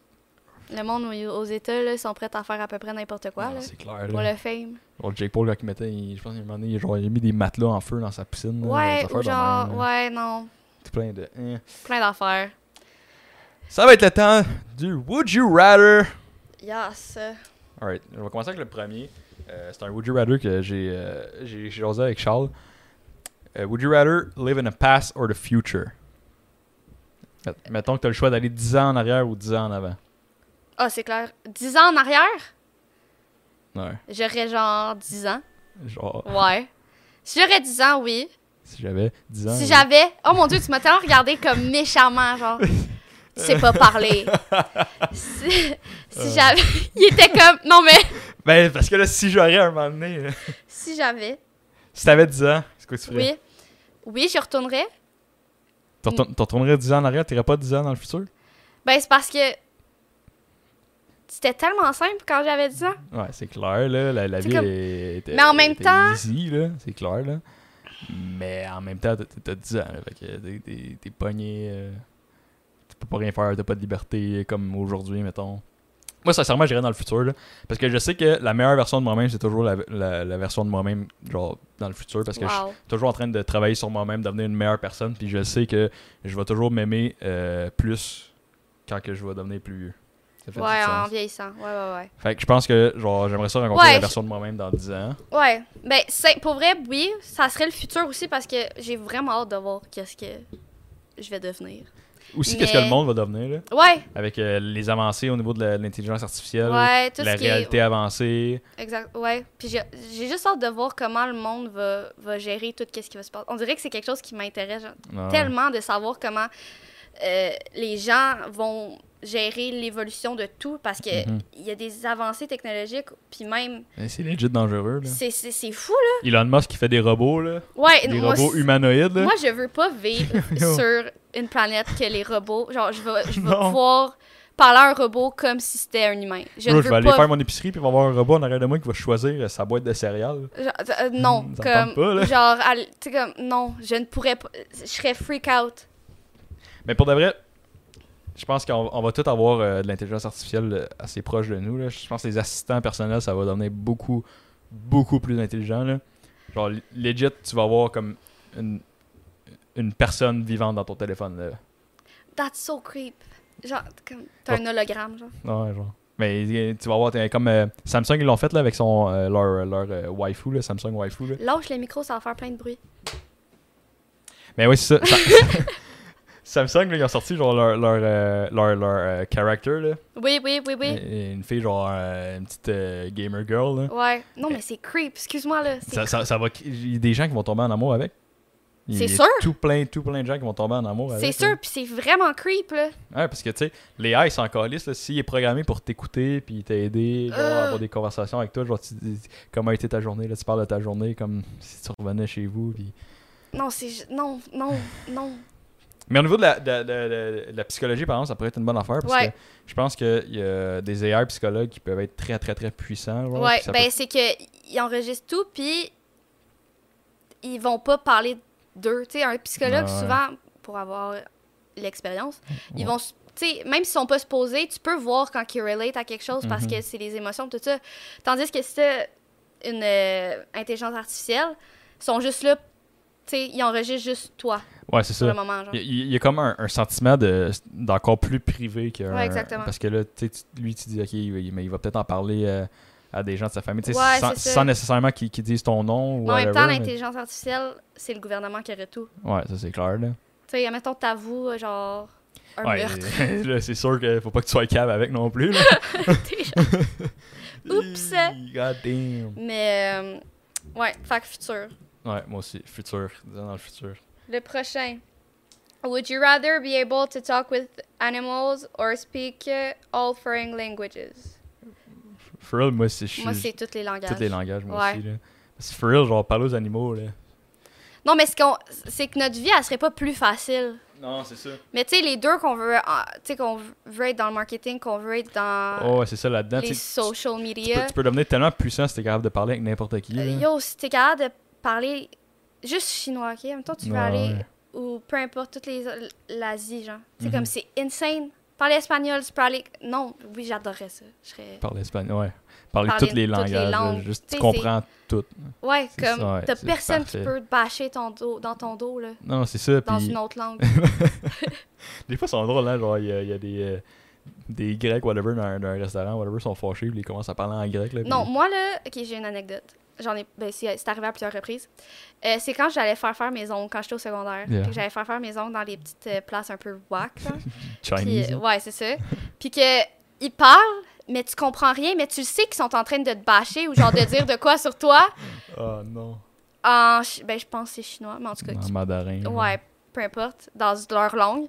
S2: le monde aux, aux États là, sont prêts à faire à peu près n'importe quoi
S1: Non,
S2: là,
S1: C'est clair.
S2: pour
S1: Là.
S2: le fame.
S1: Genre, Jake Paul, quand il mettait, il- je pense qu'il un moment donné, genre, il a mis des matelas en feu dans sa piscine. là,
S2: Ouais,
S1: des affaires
S2: ou
S1: de
S2: genre,
S1: même, là.
S2: ouais, non,
S1: Tout plein de. hein.
S2: plein d'affaires.
S1: Ça va être le temps du Would You Rather.
S2: Yes.
S1: Alright, on va commencer avec le premier. Euh, c'est un Would You Rather que j'ai euh, j'ai j'ai jasé avec Charles. Euh, would you rather live in the past or the future? Met- Mettons que tu as le choix d'aller 10 ans en arrière ou 10 ans en avant.
S2: Ah, c'est clair. 10 ans en arrière,
S1: Ouais.
S2: j'aurais genre 10 ans.
S1: Genre,
S2: Ouais. Si j'aurais 10 ans, oui.
S1: si j'avais 10 ans.
S2: Si
S1: oui.
S2: j'avais. Oh mon dieu, tu m'as tellement regardé comme méchamment, genre. Tu sais pas parler. Si,
S1: Euh.
S2: si j'avais. Il était comme. Non, mais.
S1: Ben, parce que là, si j'aurais un moment donné. là,
S2: Si j'avais.
S1: si t'avais 10 ans, c'est quoi que tu ferais?
S2: Oui. Oui, je retournerais.
S1: Tu retournes- tu retournerais 10 ans en arrière, t'irais pas 10 ans dans le futur?
S2: Ben, c'est parce que c'était tellement simple quand j'avais 10 ans.
S1: Ouais, c'est clair, là. La, la
S2: C'est
S1: vie
S2: comme-
S1: est, est-
S2: Mais en même
S1: est
S2: temps-
S1: easy, là. C'est clair, là. Mais en même temps, t'as- t'as t'as 10 ans, là. Fait que t'es- t'es- t'es pogné. euh, tu peux pas rien faire, t'as pas de liberté comme aujourd'hui, mettons. Moi, sincèrement, j'irais dans le futur, là. Parce que je sais que la meilleure version de moi-même, c'est toujours la, la- la version de moi-même, genre, dans le futur. Parce que je
S2: Wow.
S1: suis toujours en train de travailler sur moi-même, devenir une meilleure personne. Puis je sais que je vais toujours m'aimer euh, plus quand que je vais devenir plus vieux. Ça fait
S2: Ouais,
S1: du
S2: en
S1: sens.
S2: vieillissant. Ouais, ouais,
S1: Fait que je pense que genre j'aimerais ça rencontrer
S2: Ouais,
S1: la
S2: je-
S1: version de moi-même dans 10 ans.
S2: ouais. Ouais. Ben, c'est- pour vrai, oui, ça serait le futur aussi parce que j'ai vraiment hâte de voir qu'est-ce que je vais devenir.
S1: Aussi
S2: Mais-
S1: qu'est-ce que le monde va devenir là,
S2: Ouais,
S1: avec euh, les avancées au niveau de la- de l'intelligence artificielle,
S2: ouais, tout
S1: Euh, la
S2: ce qui est-
S1: réalité avancée.
S2: Exact, ouais. Puis j'ai j'ai juste hâte de voir comment le monde va, va gérer tout ce qui va se passer. On dirait que c'est quelque chose qui m'intéresse genre,
S1: Ah,
S2: tellement de savoir comment euh, les gens vont gérer l'évolution de tout parce que il
S1: Mhm.
S2: y a des avancées technologiques, puis même,
S1: mais C'est legit dangereux là.
S2: c'est- c'est c'est fou, là.
S1: Elon Musk qui fait des robots là,
S2: Ouais,
S1: des
S2: moi,
S1: robots
S2: c'est-
S1: humanoïdes là.
S2: Moi, je veux pas vivre sur une planète que les robots. Genre, je veux, je veux
S1: Non.
S2: pouvoir parler à un robot comme si c'était un humain. Je
S1: Bro,
S2: ne
S1: je
S2: veux
S1: vais aller
S2: pas.
S1: faire mon épicerie puis il va y avoir un robot en arrière de moi qui va choisir euh, sa boîte de céréales.
S2: genre, euh, non,
S1: Ça me
S2: comme.
S1: tente pas, là.
S2: genre, à l- tu sais, comme. Non, je ne pourrais pas. Je serais freak out.
S1: Mais pour de vrai, je pense qu'on on va tout avoir euh, de l'intelligence artificielle euh, assez proche de nous. Là. Je pense que les assistants personnels, ça va devenir beaucoup, beaucoup plus intelligent. Là. Genre, l- legit, tu vas avoir comme une, une personne vivante dans ton téléphone. Là.
S2: That's so creep. Genre, comme.
S1: Oh.
S2: T'as un hologramme, genre.
S1: Ouais, genre. Mais euh, tu vas avoir t'es comme euh, Samsung, ils l'ont fait là, avec son, euh, leur, leur euh, waifu, là, Samsung waifu. Là.
S2: Lâche le micro, ça va faire plein de bruit.
S1: Mais oui, c'est ça. Sa- Samsung, là, ils ont sorti genre leur, leur, euh, leur, leur euh, character. Là.
S2: Oui, oui, oui, oui.
S1: Une une fille, genre euh, une petite euh, gamer girl. Là.
S2: Ouais. Non, mais c'est creep. Excuse-moi, là. c'est
S1: Ça, ça, ça va. Il y a des gens qui vont tomber en amour avec. Il y a
S2: C'est sûr.
S1: Tout plein, tout plein de gens qui vont tomber en amour
S2: C'est
S1: avec.
S2: sûr, puis c'est vraiment creep, là.
S1: là. Ouais, parce que, tu sais, les AI, s'en calissent. là. S'il est programmé pour t'écouter, puis t'aider, genre,
S2: Euh.
S1: avoir des conversations avec toi, genre, tu dis comment a été ta journée, là, tu parles de ta journée comme si tu revenais chez vous. Puis...
S2: Non, c'est. ju- Non, non, non.
S1: Mais au niveau de la, de, de- de- de la psychologie, par exemple, ça pourrait être une bonne affaire. Parce
S2: Ouais.
S1: que je pense qu'il y a des AI psychologues qui peuvent être très, très, très puissants. genre,
S2: ouais,
S1: puis ça peut-
S2: ben c'est que ils enregistrent tout puis ils vont pas parler d'eux, tu sais un psychologue
S1: Ah ouais.
S2: souvent pour avoir l'expérience, ils
S1: Ouais.
S2: vont s- tu sais même s'ils sont pas supposés, tu peux voir quand ils relate à quelque chose parce
S1: Mhm.
S2: que c'est les émotions tout ça. Tandis que si t'as une euh, intelligence artificielle, ils sont juste là tu sais, ils enregistrent juste toi
S1: Ouais, c'est
S2: sur
S1: ça.
S2: le moment genre.
S1: Il y, il y a comme un, un sentiment de- d'encore plus privé que
S2: Ouais, exactement.
S1: parce que là tu sais, tu- lui tu dis ok il- mais il va peut-être en parler euh, à des gens de sa famille tu sais,
S2: Ouais,
S1: sans,
S2: c'est ça.
S1: sans nécessairement qu'ils qu'ils disent ton nom ou
S2: Mais en même temps,
S1: whatever, mais-
S2: l'intelligence artificielle, c'est le gouvernement qui aurait tout.
S1: ouais ça c'est clair là,
S2: Tu sais, mettons t'avoues euh, genre un
S1: Ouais,
S2: meurtre.
S1: là, c'est sûr qu'il faut pas que tu sois cave avec non plus là.
S2: Oups.
S1: Hi, god damn
S2: Mais euh, ouais, fac futur.
S1: ouais moi aussi futur dans le futur
S2: Le prochain. Would you rather be able to talk with animals or speak uh, all foreign languages?
S1: for real moi c'est je
S2: Moi,
S1: suis
S2: c'est tous les langages.
S1: tous les langages moi
S2: Ouais.
S1: aussi là. Parce que for real genre parler aux animaux là
S2: Non, mais ce qu'on- c'est que notre vie, elle serait pas plus facile.
S1: non c'est ça
S2: Mais tu sais, les deux qu'on veut, ah, tu sais, qu'on veut être dans le marketing, qu'on veut être dans
S1: oh ouais, c'est ça là dedans
S2: Ah. les social
S1: tu peux,
S2: media.
S1: tu peux devenir tellement puissant si t'es capable de parler avec n'importe qui. là.
S2: Euh, Yo, si t'es capable de parler juste chinois, ok? En même temps, tu veux
S1: Ouais,
S2: aller
S1: ouais.
S2: ou peu importe, toute les- l'Asie, genre. Tu sais,
S1: Mhm.
S2: comme c'est insane. Parler espagnol, tu peux aller. Non, oui, j'adorerais ça. Je serais.
S1: Parler espagnol, ouais. Parler,
S2: Parler
S1: tous les
S2: toutes les
S1: langages. là,
S2: langues.
S1: juste,
S2: Tu
S1: tu
S2: sais,
S1: comprends tout.
S2: Ouais,
S1: C'est
S2: comme
S1: ça, ouais,
S2: t'as
S1: c'est
S2: personne qui
S1: parfait.
S2: peut te bâcher ton dos, dans ton dos, là,
S1: Non, non, c'est ça.
S2: dans
S1: Puis,
S2: une autre langue.
S1: des fois, c'est drôle, hein, genre, il y a, il y a des, euh, des Grecs, whatever, dans, un- dans un restaurant, whatever, sont fâchés, puis ils commencent à parler en grec. Là, puis-
S2: non, moi, là, ok, j'ai une anecdote. J'en ai. Ben, c'est c'est arrivé à plusieurs reprises. Euh, c'est quand j'allais faire faire mes ongles, quand j'étais au secondaire.
S1: Yeah.
S2: Fait que J'allais faire faire mes ongles dans les petites euh, places un peu whack, là. Puis,
S1: Chinese.
S2: euh, ouais, c'est ça. Puis que ils parlent, mais tu comprends rien, mais tu le sais qu'ils sont en train de te bâcher ou genre de dire de quoi sur toi.
S1: Ah, non.
S2: En chi- ben, je pense que c'est chinois, mais en tout cas,
S1: En Ah, mandarin.
S2: qui-
S1: là.
S2: ouais, peu importe, dans leur langue.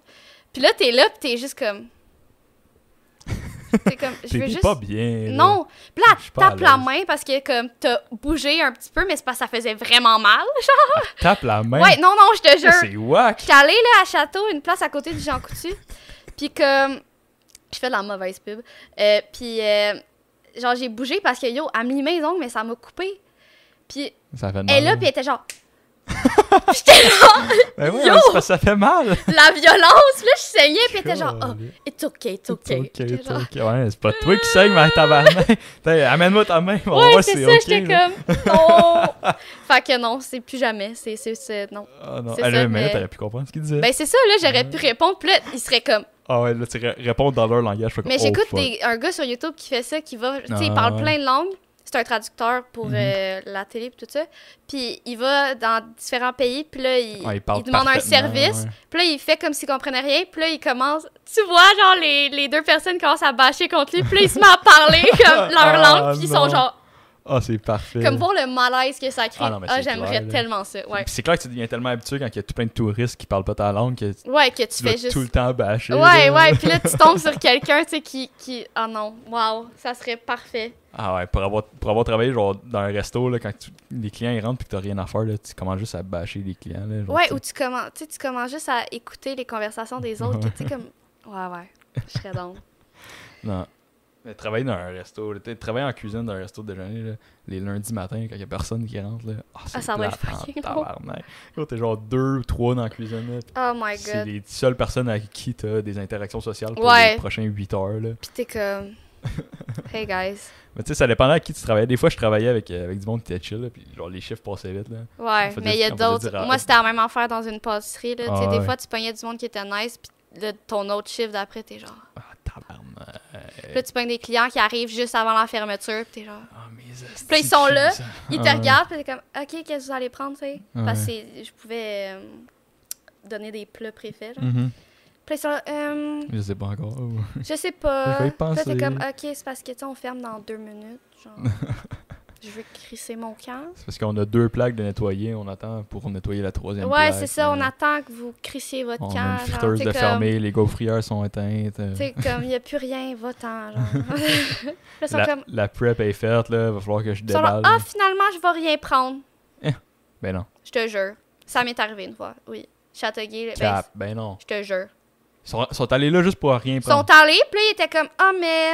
S2: Puis là, t'es là, puis t'es juste comme. T'es comme, je
S1: T'es
S2: veux
S1: t'es
S2: juste.
S1: pas bien. là.
S2: Non! Puis là,
S1: Je suis
S2: elle
S1: pas à
S2: tape la
S1: l'aise.
S2: main parce que, comme, t'as bougé un petit peu, mais c'est parce que ça faisait vraiment mal.
S1: Tape la main.
S2: Ouais, non, non, je te
S1: Ça,
S2: jure.
S1: C'est whack.
S2: J'étais allée là, à Château, une place à côté du Jean Coutu. puis comme. Je fais de la mauvaise pub. Euh, puis euh, genre, j'ai bougé parce que yo, elle me limait les ongles, mais ça m'a coupé. Puis
S1: Ça fait de mal.
S2: elle est là, puis elle était genre. Puis j'étais là,
S1: Ben ouais,
S2: Yo!
S1: mais c'est parce que ça fait mal.
S2: la violence, là, je saignais, puis elle était genre, oh,
S1: Calais.
S2: it's okay, it's
S1: Ok,
S2: okay.
S1: ok,
S2: J'étais genre,
S1: Ouais, c'est pas toi qui saigne, ma tabarnak. T'as- Amène-moi ta main, on va
S2: ouais,
S1: voir si
S2: c'est
S1: c'est
S2: ça,
S1: ok.
S2: j'étais
S1: là.
S2: comme, non. fait que non, c'est plus jamais. C'est, c'est, c'est- non. Ben,
S1: Ah non,
S2: C'est
S1: elle
S2: ça,
S1: avait mais...
S2: mais-
S1: t'aurais pu comprendre ce qu'il disait.
S2: Ben, c'est ça, là, j'aurais pu répondre, puis là, il serait comme,
S1: Ah ouais, là, tu ré- réponds dans leur langage. Fait que,
S2: Mais
S1: oh,
S2: j'écoute
S1: fuck.
S2: des- un gars sur YouTube qui fait ça, qui va. Tu sais, il
S1: Ah,
S2: parle
S1: ouais.
S2: plein de langues. C'est un traducteur pour
S1: Mhm.
S2: euh, la télé et tout ça. Puis il va dans différents pays, puis là, il,
S1: Ouais, ils parlent
S2: il demande un
S1: Ah, parfaitement,
S2: service.
S1: ouais.
S2: Puis là, il fait comme s'il comprenait rien. Puis là, il commence. Tu vois, genre, les, les deux personnes commencent à bâcher contre lui. Puis là, il se met à parler comme leur
S1: Ah,
S2: langue. Puis ils sont
S1: non.
S2: genre.
S1: Ah, c'est parfait.
S2: Comme pour le malaise que ça crée.
S1: Ah, non,
S2: Ah,
S1: mais c'est clair,
S2: j'aimerais
S1: là.
S2: tellement ça. Ouais.
S1: Puis c'est clair que tu deviens tellement habitué quand il y a tout plein de touristes qui parlent pas ta langue que tu,
S2: Ouais, que tu
S1: dois
S2: fais juste.
S1: tout le temps bâcher.
S2: Ouais,
S1: là.
S2: ouais. Puis là, tu tombes sur quelqu'un, tu sais, qui. qui... Ah non, waouh, ça serait parfait.
S1: Ah ouais, pour avoir, pour avoir travaillé genre dans un resto, là, quand tu- les clients ils rentrent puis que t'as rien à faire, là, tu commences juste à bâcher les clients. Là, genre,
S2: Ouais,
S1: tu-
S2: ou tu commences, tu sais, tu commences juste à écouter les conversations des autres, que tu sais, comme, ouais, ouais, je serais donc.
S1: Non. Mais travailler dans un resto, là, t'sais, travailler en cuisine dans un resto de déjeuner, là, les lundis matin, quand il y a personne qui rentre, là, ah, c'est
S2: ça doit être
S1: plate en
S2: fucking long.
S1: tabarnak. Gros, T'es genre deux ou trois dans la cuisine. là,
S2: Oh my
S1: C'est
S2: god.
S1: les seules personnes avec qui t'as des interactions sociales pour
S2: Ouais.
S1: les prochains 8 heures. Là.
S2: Puis t'es comme, hey guys.
S1: Mais tu sais, ça dépendait à qui tu travaillais. Des fois, je travaillais avec, euh, avec du monde qui était chill, là, puis genre les chiffres passaient vite. Là.
S2: Ouais,
S1: On faisait-
S2: mais il y a
S1: on faisait
S2: d'autres.
S1: dire à-
S2: Moi, c'était la même affaire dans une pâtisserie, là. tu sais,
S1: Ah
S2: des
S1: ouais.
S2: fois, tu pognais du monde qui était nice, puis là, ton autre chiffre d'après, t'es genre.
S1: Ah, tabarnak.
S2: Puis là, tu pognes des clients qui arrivent juste avant la fermeture, puis t'es genre.
S1: Ah, mes
S2: Puis là, ils sont là,
S1: astis de culs, ça.
S2: Ils
S1: Ah,
S2: te
S1: ouais. Ah
S2: regardent, puis t'es comme, ok, qu'est-ce que vous allez prendre, tu sais? Parce que
S1: Ouais.
S2: c'est- je pouvais euh, donner des plats préfets, là.
S1: Mhm.
S2: Puis là, ils sont là, Euh,
S1: Je sais pas encore. Oh.
S2: Je sais pas.
S1: Je vais y
S2: Puis là,
S1: penser.
S2: t'es comme, ok, c'est parce que, tu sais, on ferme dans deux minutes. Genre, je veux crisser mon camp.
S1: C'est parce qu'on a deux plaques de nettoyer, on attend pour nettoyer la troisième
S2: Ouais,
S1: plaque.
S2: c'est ça, on
S1: euh.
S2: attend que vous crissiez votre
S1: On a
S2: camp.
S1: une
S2: genre,
S1: friteuse
S2: t'sais,
S1: de
S2: comme-
S1: fermée, les gaufrières sont éteintes. euh,
S2: t'sais, comme, il n'y a plus rien, va-t'en. Genre. Là, ils sont
S1: la,
S2: comme.
S1: la prep est faite, là, va falloir que je
S2: ils sont là,
S1: déballe.
S2: ah, finalement, je vais rien prendre.
S1: Ben non.
S2: Je te jure. Ça m'est arrivé une fois, oui. Châteauguay, ben,
S1: Cap, ben non.
S2: je te jure.
S1: Ils sont, sont allés là juste pour rien
S2: Ils sont
S1: prendre.
S2: allés, puis là, ils étaient comme, ah, mais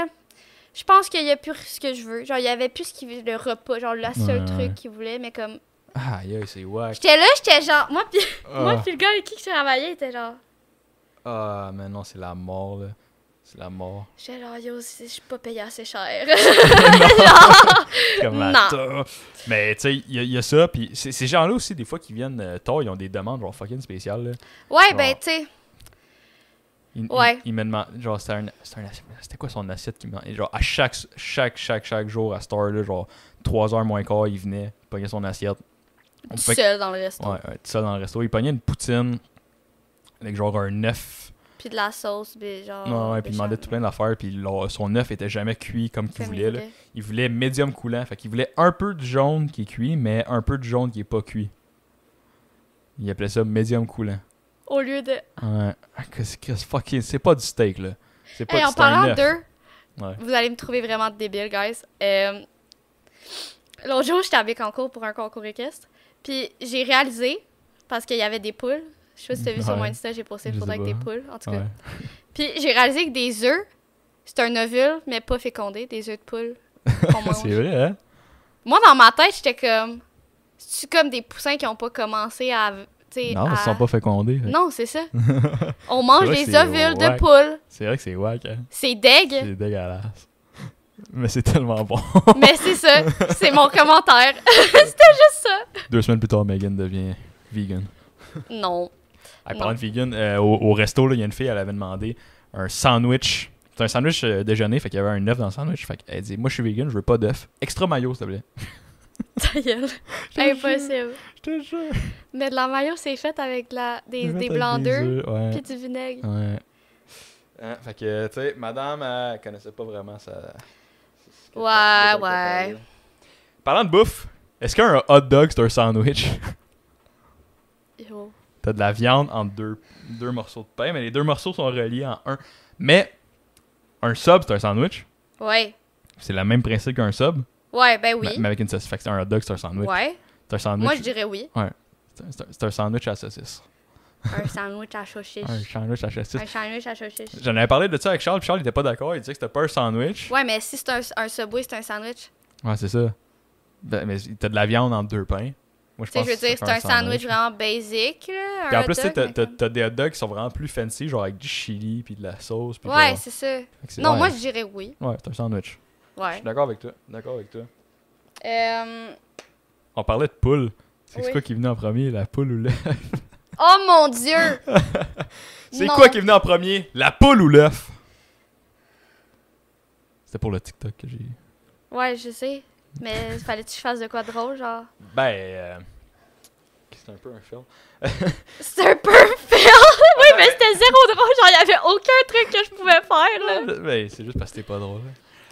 S2: je pense qu'il n'y a plus ce que je veux. Genre, il n'y avait plus ce qui... le repas, genre, le seul
S1: Ouais,
S2: truc
S1: ouais.
S2: qu'ils voulaient, mais comme.
S1: Ah, aïe, c'est wack.
S2: J'étais là, j'étais genre. Moi, puis Moi,
S1: Ah,
S2: puis le gars avec qui je travaillais, était genre.
S1: ah, mais non, c'est la mort, là. C'est la mort.
S2: J'étais genre, yo, c'est- je suis pas payée assez cher.
S1: Comme
S2: Non.
S1: attends. Mais tu sais, il y, a- il y a ça, puis c'est- ces gens-là aussi, des fois, qui viennent euh, tard, ils ont des demandes, genre fucking spéciales, là.
S2: ouais,
S1: Genre.
S2: ben, tu sais.
S1: Il, il-
S2: Ouais.
S1: il me demande, genre, c'était un- c'était un assiette- c'était quoi son assiette qui me demandait? Genre, à chaque, chaque, chaque, chaque jour, à cette heure-là, genre, 3 heures moins quart, il venait, il pognait son assiette. On
S2: Tout
S1: pouvait-
S2: seul dans le resto.
S1: Ouais, ouais, tout ça dans le resto. Il pognait une poutine avec genre un œuf.
S2: Puis de la sauce, puis genre.
S1: Ouais, ouais,
S2: de
S1: puis il demandait
S2: charme.
S1: tout plein d'affaires. Puis leur- son œuf était jamais cuit comme qu'il
S2: Comme
S1: voulait. là.
S2: il voulait.
S1: Il voulait médium coulant. Fait qu'il voulait un peu de jaune qui est cuit, mais un peu de jaune qui est pas cuit. Il appelait ça médium coulant.
S2: Au lieu de.
S1: Ouais. Ah, qu'est-ce- qu'est-ce- fucking- C'est pas du steak, là. C'est pas
S2: Hey,
S1: du
S2: en
S1: c'est un
S2: parlant
S1: œuf.
S2: d'eux,
S1: Ouais.
S2: vous allez me trouver vraiment débile, guys. Euh, L'autre jour, j'étais à Bécancour pour un concours équestre. Puis j'ai réalisé, parce qu'il y avait des poules. Je sais pas si t'as vu sur
S1: Ouais.
S2: mon Insta, j'ai posté une
S1: Je
S2: photo
S1: sais
S2: avec des
S1: pas.
S2: poules, en tout cas.
S1: Ouais.
S2: Puis j'ai réalisé que des œufs, c'est un ovule, mais pas fécondé, des œufs de poule qu'on mange.
S1: C'est vrai, hein?
S2: Moi, dans ma tête, j'étais comme. C'est-tu comme des poussins qui ont pas commencé à. tu sais,
S1: Non, ils
S2: à-
S1: se sont pas fécondés. fait que
S2: Non, c'est ça. On mange
S1: C'est vrai que
S2: des
S1: c'est
S2: ovules de
S1: wack.
S2: poule.
S1: C'est vrai que c'est wack, hein?
S2: C'est deg,
S1: C'est dégueulasse. Mais c'est tellement bon.
S2: mais c'est ça. C'est mon commentaire.
S1: Deux semaines plus tard, Megan devient vegan.
S2: non.
S1: Hey,
S2: Non.
S1: parlant de vegan, euh, au, au resto, là, il y a une fille, elle avait demandé un sandwich. C'est un sandwich euh, déjeuner, fait qu'il y avait un œuf dans le sandwich. Fait qu'elle dit Moi, je suis vegan, je veux pas d'œuf. Extra mayo, s'il te plaît.
S2: Ta gueule.
S1: Je te jure,
S2: Impossible.
S1: Je te jure.
S2: Mais de la mayo, c'est fait avec de la...
S1: Je
S2: des,
S1: vais
S2: des
S1: mettre
S2: blancs
S1: avec des
S2: d'œufs,
S1: œufs, Ouais.
S2: puis du vinaigre.
S1: Ouais. Hein, fait que, tu sais, madame, elle connaissait pas vraiment sa.
S2: Ouais, ouais.
S1: Parlant de bouffe, est-ce qu'un hot dog, c'est un sandwich Ah.
S2: Yo.
S1: T'as de la viande en deux, deux morceaux de pain, mais les deux morceaux sont reliés en un. Mais un sub, c'est un sandwich.
S2: Ouais.
S1: C'est le même principe qu'un sub,
S2: Ouais, ben
S1: mais,
S2: oui.
S1: mais avec une sauce. Fait que c'est un hot dog, c'est un sandwich.
S2: Ouais.
S1: C'est un sandwich.
S2: Moi, je dirais oui.
S1: c'est un- c'est un- c'est un sandwich à saucisse.
S2: Un sandwich à saucisse.
S1: Un sandwich à saucisse.
S2: Un sandwich à saucisse.
S1: J'en avais parlé de ça avec Charles, puis Charles il était pas d'accord. Il disait que c'était pas un sandwich.
S2: Ouais, mais si c'est un, un Subway, c'est un sandwich.
S1: Ouais, c'est ça. Ben, mais t'as de la viande entre deux pains. Moi, je
S2: Tu sais,
S1: pense
S2: je veux
S1: que ça
S2: dire,
S1: fait
S2: c'est un sandwich vraiment basic, là.
S1: Puis
S2: un
S1: en
S2: hot
S1: plus, tu sais,
S2: dog,
S1: t'as
S2: mais
S1: t'as-
S2: comme-
S1: t'as des hot dogs qui sont vraiment plus fancy, genre avec du chili, puis de la sauce. Puis
S2: Ouais,
S1: genre-
S2: c'est ça.
S1: Fait que c'est-
S2: Non,
S1: ouais.
S2: moi, je dirais oui.
S1: Ouais, c'est un sandwich. Je
S2: Ouais.
S1: suis d'accord avec toi. D'accord avec toi.
S2: Euh,
S1: On parlait de poule. C'est
S2: Oui.
S1: quoi qui venait en premier, la poule ou le
S2: Oh mon Dieu! oh,
S1: C'est
S2: Non.
S1: quoi qui est venu en premier La poule ou l'œuf C'était pour le TikTok que j'ai.
S2: Ouais, je sais. Mais fallait que je fasse de quoi de drôle, genre.
S1: Ben. euh, C'est un peu un film.
S2: C'était un peu fail! oui, mais c'était zéro drôle, genre, il n'y avait aucun truc que je pouvais faire, là.
S1: Ben, c'est juste parce que t'es pas drôle.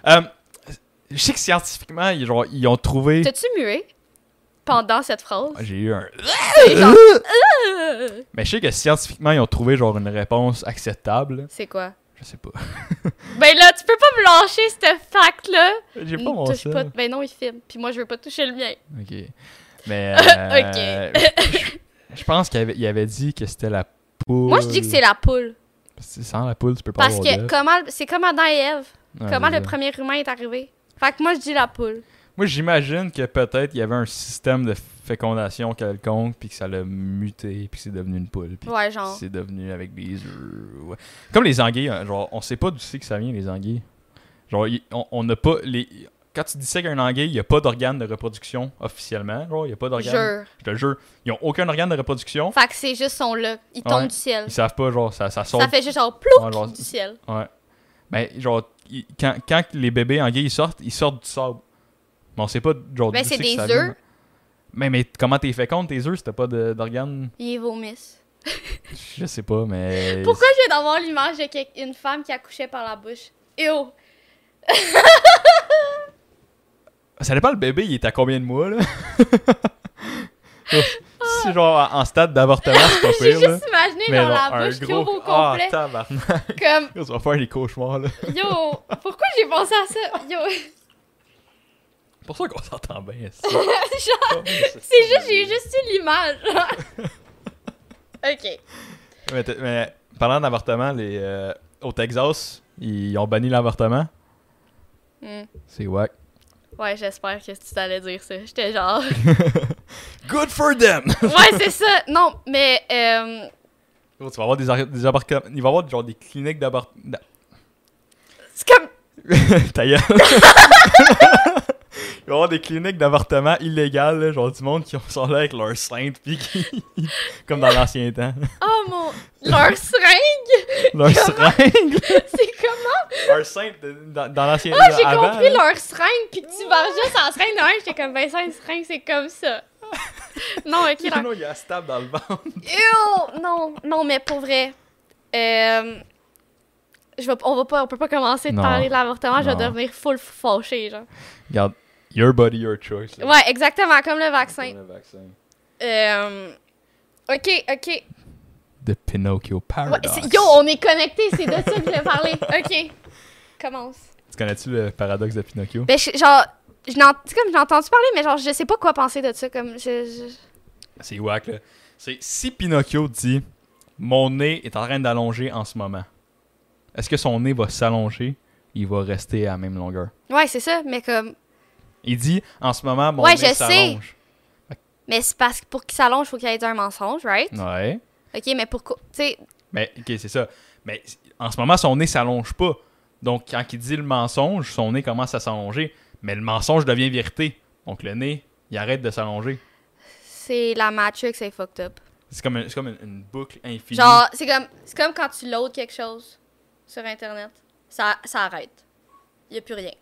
S1: hein. Euh, je sais que scientifiquement, ils, genre, ils ont trouvé.
S2: T'as-tu mué pendant cette phrase?
S1: Ah, J'ai eu un.
S2: C'est genre, euh,
S1: Mais je sais que scientifiquement, ils ont trouvé genre une réponse acceptable.
S2: C'est quoi?
S1: Je sais pas.
S2: Ben là, tu peux pas me lâcher ce fact-là.
S1: J'ai pas
S2: Mm,
S1: mon
S2: touche
S1: sel.
S2: pas- Ben non, il filme. Puis moi, je veux pas toucher le mien.
S1: Ok. Mais.
S2: Ok.
S1: euh, je- Je pense qu'il avait, il avait dit que c'était la poule.
S2: Moi, je dis que c'est la poule.
S1: c'est. Sans la poule, tu peux pas
S2: Parce
S1: avoir
S2: que
S1: d'œuf.
S2: comment c'est comme Adam et Ève.
S1: Ouais,
S2: comment
S1: c'est
S2: le
S1: ça.
S2: premier humain est arrivé. Fait que moi, je dis la poule.
S1: Moi, j'imagine que peut-être il y avait un système de fécondation quelconque, puis que ça l'a muté, puis que c'est devenu une poule. Puis
S2: Ouais, genre.
S1: c'est devenu avec des œufs, ouais. Comme les anguilles, hein, genre, on sait pas d'où c'est que ça vient, les anguilles. Genre, y- on- on n'a pas. Les... Quand tu dissèques un anguille, il n'y a pas d'organe de reproduction officiellement. Genre, il n'y a pas d'organe.
S2: Jure.
S1: Je te jure. Ils n'ont aucun organe de reproduction.
S2: Fait que c'est juste son là. Il tombe
S1: Ouais.
S2: du ciel.
S1: Ils savent pas, genre, ça, ça sort.
S2: Ça fait juste genre plouc
S1: Ouais, genre-
S2: du ciel.
S1: Ouais. Ben, genre, ils- quand, quand les bébés anguilles ils sortent, ils sortent du sable. Mais on sait pas, genre,
S2: Ben,
S1: d'où
S2: c'est
S1: que
S2: des
S1: ça
S2: œufs.
S1: vient. Mais, mais comment t'es féconde, tes œufs, si t'as pas de- d'organes
S2: Il vomisse.
S1: Je sais pas, mais.
S2: Pourquoi je viens d'avoir l'image de quel- une femme qui accouchait par la bouche? Et oh!
S1: Ça dépend, le bébé, il est à combien de mois, là Oh, Si, genre, en stade d'avortement, c'est pas
S2: J'ai
S1: pire, là.
S2: juste imaginé
S1: Mais
S2: dans
S1: genre,
S2: la
S1: un
S2: bouche qui
S1: gros.
S2: ouvre au
S1: Ah,
S2: complet.
S1: tabarnak.
S2: comme,
S1: Ça va faire des cauchemars, là.
S2: yo, pourquoi j'ai pensé à ça? Yo,
S1: C'est pour ça qu'on s'entend bien, ici.
S2: c'est juste, j'ai juste eu l'image. ok.
S1: Mais, t'es- mais parlant d'avortement, les, euh, au Texas, ils ont banni l'avortement.
S2: Hmm.
S1: C'est wack.
S2: Ouais, j'espère que tu t'allais dire ça. J'étais genre.
S1: Good for them!
S2: ouais, c'est ça. Non, mais. euh,
S1: tu vas avoir des, ar- des abarca- Il va y avoir genre des cliniques d'avortement.
S2: c'est comme.
S1: Ta gueule. Il va y avoir des cliniques d'avortement illégales, là, genre du monde qui ont- sont là avec leur sainte, puis qui. comme dans l'ancien temps.
S2: Oh mon. Leur seringue!
S1: Leur seringue!
S2: C'est comment?
S1: Leur sainte, de- dans, dans l'ancien
S2: Ah, j'ai
S1: avant,
S2: compris
S1: là.
S2: leur seringue, puis que tu vas juste en seringue d'un. J'étais comme, ben, ça, une seringue, c'est comme ça. non, ok, leur
S1: Sinon, il y a stab dans le ventre.
S2: Ew! Non, non, mais pour vrai. Euh, je vais, on, va pas, on peut pas commencer de
S1: Non.
S2: parler de l'avortement, je vais
S1: Non.
S2: devenir full fauchée, genre.
S1: Regarde, your body, your choice. là.
S2: Ouais, exactement, comme le vaccin.
S1: Le vaccin.
S2: Euh, ok, ok.
S1: The Pinocchio
S2: Ouais,
S1: Paradox.
S2: c'est- yo, on est connectés, c'est de ça que je voulais parler. Ok, commence.
S1: Tu connais-tu le paradoxe de Pinocchio?
S2: Ben, je- genre, je n'en- c'est comme j'ai entendu parler, mais genre, je sais pas quoi penser de ça. Comme, je- je-
S1: C'est wack, là. C'est si Pinocchio dit Mon nez est en train d'allonger en ce moment, est-ce que son nez va s'allonger Il va rester à la même longueur.
S2: Ouais, c'est ça, mais comme.
S1: Il dit En ce moment, mon
S2: Ouais, je
S1: nez
S2: sais.
S1: s'allonge.
S2: Mais c'est parce que pour qu'il s'allonge, faut qu'il y ait un mensonge, right?
S1: Ouais.
S2: Ok, mais pourquoi. Tu sais,
S1: Mais, ok, c'est ça. Mais en ce moment, son nez s'allonge pas. Donc, quand il dit le mensonge, son nez commence à s'allonger. Mais le mensonge devient vérité. Donc, le nez, il arrête de s'allonger.
S2: c'est la Matrix, c'est fucked up.
S1: C'est comme, un- c'est comme une, une boucle infinie.
S2: Genre, c'est comme, c'est comme quand tu loads quelque chose sur Internet. Ça, ça arrête. Il a plus rien. Tu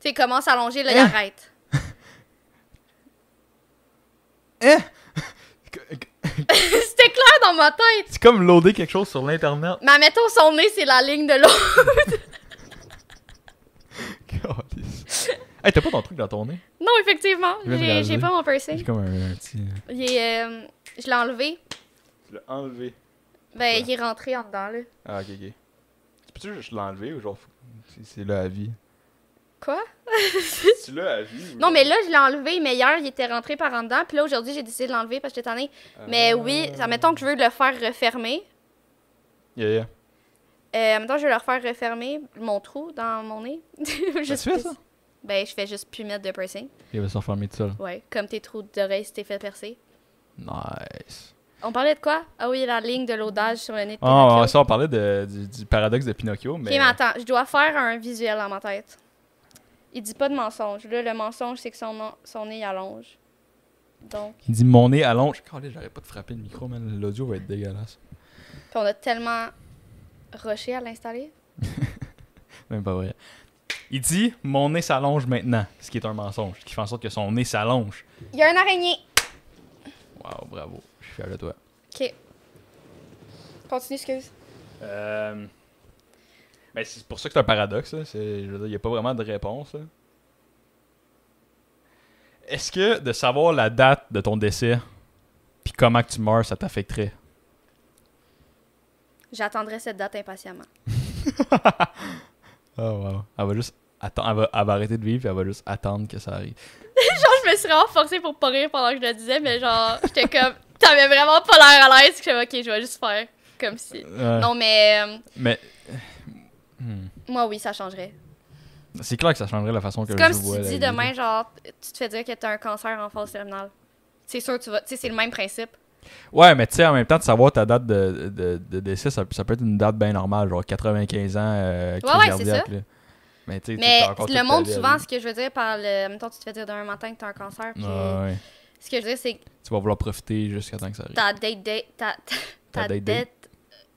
S2: sais, il commence à allonger, là, il
S1: Hein?
S2: arrête. C'était clair dans ma tête.
S1: C'est comme loader quelque chose sur l'internet.
S2: Mais admettons, son nez, c'est la ligne de l'eau.
S1: Calisse. hey, t'as pas ton truc dans ton nez?
S2: Non, effectivement.
S1: Je viens de
S2: J'ai
S1: réaliser.
S2: j'ai pas mon piercing.
S1: J'ai comme un, un petit.
S2: Il est, euh, je l'ai enlevé.
S1: Tu l'as enlevé.
S2: Ben, il est rentré en dedans, là.
S1: Ah, ok, ok. Tu peux-tu juste l'enlever ou genre. C'est là à vie.
S2: Quoi?
S1: Tu l'as à vie
S2: Non, mais là, je l'ai enlevé, mais hier, il était rentré par en dedans. Puis là, aujourd'hui, j'ai décidé de l'enlever parce que j'étais tannée.
S1: Ah.
S2: Mais oui, admettons que je veux le faire refermer.
S1: Yeah, yeah.
S2: Euh, admettons que je veux le refaire refermer, mon trou dans mon nez.
S1: Ah, Tu fais
S2: Juste
S1: ça?
S2: Ben, je fais juste plus mettre de piercing.
S1: Il va s'enfermer tout seul.
S2: Ouais, comme tes trous d'oreilles si t'es fait percer.
S1: Nice.
S2: On parlait de quoi? Ah oui, la ligne de l'audage sur le nez de
S1: Ah,
S2: Pinocchio.
S1: ça, on parlait de- du, du paradoxe de Pinocchio, mais.
S2: Ok, mais attends, je dois faire un visuel dans ma tête. Il dit pas de mensonge. Là, le mensonge, c'est que son, nom- son nez il allonge. Donc,
S1: Il dit mon nez allonge. Calais, j'arrête pas de frapper le micro, man. L'audio va être dégueulasse.
S2: Puis on a tellement rushé à l'installer.
S1: Même pas vrai. Il dit Mon nez s'allonge maintenant, ce qui est un mensonge, ce qui fait en sorte que son nez s'allonge.
S2: Il y a un araignée.
S1: Waouh, bravo, je suis fier de toi.
S2: Ok. Continue, excuse.
S1: Euh, ben, c'est pour ça que c'est un paradoxe. hein. C'est- je veux dire, il n'y a pas vraiment de réponse. là. Est-ce que de savoir la date de ton décès, puis comment que tu meurs, ça t'affecterait
S2: J'attendrai cette date impatiemment.
S1: Oh, wow. Elle va juste attendre, elle va, elle va arrêter de vivre, puis elle va juste attendre que ça arrive.
S2: Genre, je me suis vraiment forcée pour pas rire pendant que je le disais, mais genre, j'étais comme, t'avais vraiment pas l'air à l'aise. Je ok, je vais juste faire comme si.
S1: Euh,
S2: Non, mais euh,
S1: Mais. Hmm.
S2: moi, oui, ça changerait.
S1: C'est clair que ça changerait la façon que
S2: C'est
S1: je
S2: comme si
S1: vois.
S2: tu
S1: la
S2: dis
S1: vie,
S2: demain,
S1: là.
S2: genre, tu te fais dire que t'as un cancer en phase terminale. C'est sûr, tu vas. Tu sais, c'est le même principe.
S1: Ouais, mais tu sais, en même temps, de savoir ta date de, de, de décès, ça, ça peut être une date bien normale, genre 95 ans, euh, crise
S2: ouais, c'est
S1: cardiaque, là. Mais tu sais,
S2: Mais
S1: t'as encore
S2: le
S1: toute ta
S2: monde,
S1: vie à
S2: souvent,
S1: vivre.
S2: ce que je veux dire par le. Mettons, tu te fais dire d'un matin que t'as un cancer, puis
S1: Ouais, ouais.
S2: ce que je veux dire, c'est que
S1: Tu vas vouloir profiter jusqu'à temps que ça arrive.
S2: ta date. date ta, ta,
S1: Ta
S2: ta
S1: date
S2: date.
S1: date.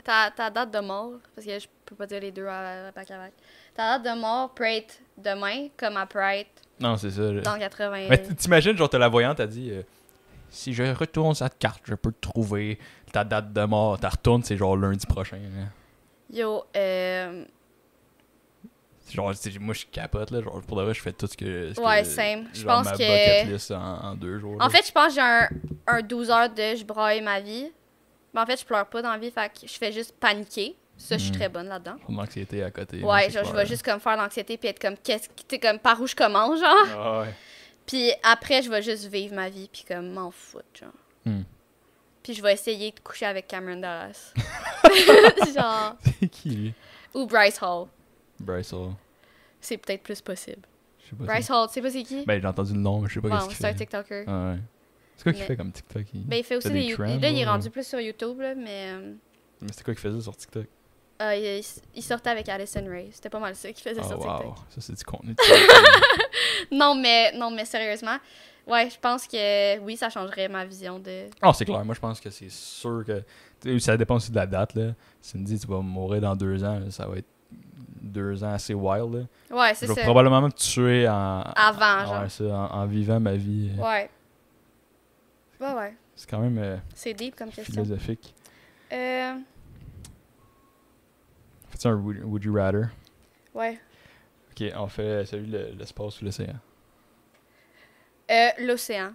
S2: Ta, ta date de mort, parce que je peux pas dire les deux à, à bac à bac. Ta date de mort peut être demain, comme elle peut être
S1: Non, c'est ça. je-
S2: dans 80.
S1: Mais t- t'imagines, genre, t'as la voyante, t'as dit euh, Si je retourne cette carte, je peux te trouver ta date de mort. T'as retournes, c'est genre lundi prochain. hein. là.
S2: Yo, euh,
S1: C'est Genre, c'est- moi, je capote, là. Genre, pour de vrai, je fais tout ce que. ce que-
S2: Ouais, same. Je
S1: genre,
S2: pense
S1: ma
S2: que-
S1: bucket list en, en deux jours.
S2: En
S1: là.
S2: fait, je pense que j'ai un, un 12 heures de je braille ma vie. Mais en fait, je pleure pas dans la vie, fait que je fais juste paniquer. Ça, je suis
S1: Mm.
S2: très bonne là-dedans.
S1: Mon anxiété à côté. là,
S2: Ouais,
S1: c'est
S2: genre, je
S1: clair.
S2: vais juste comme faire l'anxiété puis être comme, qu'est-ce que, tu sais, comme, par où je commence, genre.
S1: Ah ouais.
S2: Puis après, je vais juste vivre ma vie puis comme, m'en foutre, genre.
S1: Hmm.
S2: Puis je vais essayer de coucher avec Cameron Dallas. genre,
S1: C'est qui, lui
S2: ou Bryce Hall.
S1: Bryce Hall.
S2: C'est peut-être plus possible.
S1: Je sais pas.
S2: Bryce Hall, tu sais pas c'est qui?
S1: c'est- Ben, j'ai entendu le nom, mais je sais pas
S2: Bon,
S1: qu'est-ce qu'il
S2: c'est un
S1: fait.
S2: TikToker.
S1: Ah ouais. C'est quoi qu'il
S2: Mais-
S1: fait comme TikTok il-
S2: Ben, il fait aussi
S1: des
S2: des. you-
S1: trends, euh?
S2: Là, il est
S1: genre,
S2: rendu plus sur YouTube, là, mais. euh,
S1: Mais c'est quoi qu'il faisait sur TikTok
S2: Euh, il, il- il sortait avec Alison Ray. C'était pas mal ça qu'il faisait
S1: Ah,
S2: sur TikTok.
S1: wow. Ça, c'est du contenu. de TikTok.
S2: Non, mais, non, mais sérieusement, ouais, je pense que oui, ça changerait ma vision de.
S1: Ah, c'est clair. Moi, je pense que c'est sûr que. tu sais, Ça dépend aussi de la date. Là. Si tu me dis tu vas mourir dans deux ans, ça va être deux ans assez wild. Là.
S2: Ouais, c'est
S1: Je vais
S2: ça.
S1: probablement me tuer en.
S2: Avant, genre.
S1: ouais, ça, en, en vivant ma vie. euh,
S2: Ouais. Ouais, ouais.
S1: C'est quand même euh,
S2: C'est deep comme question.
S1: philosophique.
S2: Euh,
S1: Fais-tu un would, would you rather
S2: ouais.
S1: Ok, on fait celui de l'espace ou l'océan.
S2: Euh, L'océan.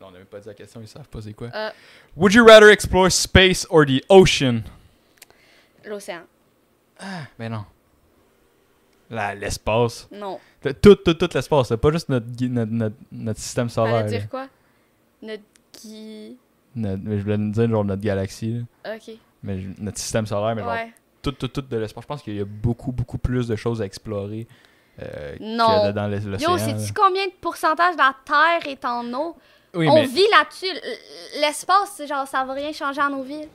S1: Là, on n'avait pas dit la question, ils savent pas c'est quoi.
S2: Euh.
S1: Would you rather explore space or the ocean
S2: L'océan.
S1: Ben non. La- L'espace.
S2: Non.
S1: T'as Tout, tout, tout l'espace. C'est pas juste notre, gui- notre, notre, notre système
S2: Fallait
S1: solaire. là.
S2: dire quoi Notre qui.
S1: Notre- mais je voulais dire genre notre galaxie. là.
S2: Ok.
S1: Mais je- notre système solaire, mais genre
S2: Ouais.
S1: tout, tout, tout de l'espace. Je pense qu'il y a beaucoup, beaucoup plus de choses à explorer euh,
S2: Non.
S1: que dans l'o-
S2: Yo,
S1: l'océan. là.
S2: sais-tu combien de pourcentage de la Terre est en eau
S1: Oui,
S2: on
S1: mais
S2: vit là-dessus. L- L'espace, c'est genre, ça va rien changer à nos vies.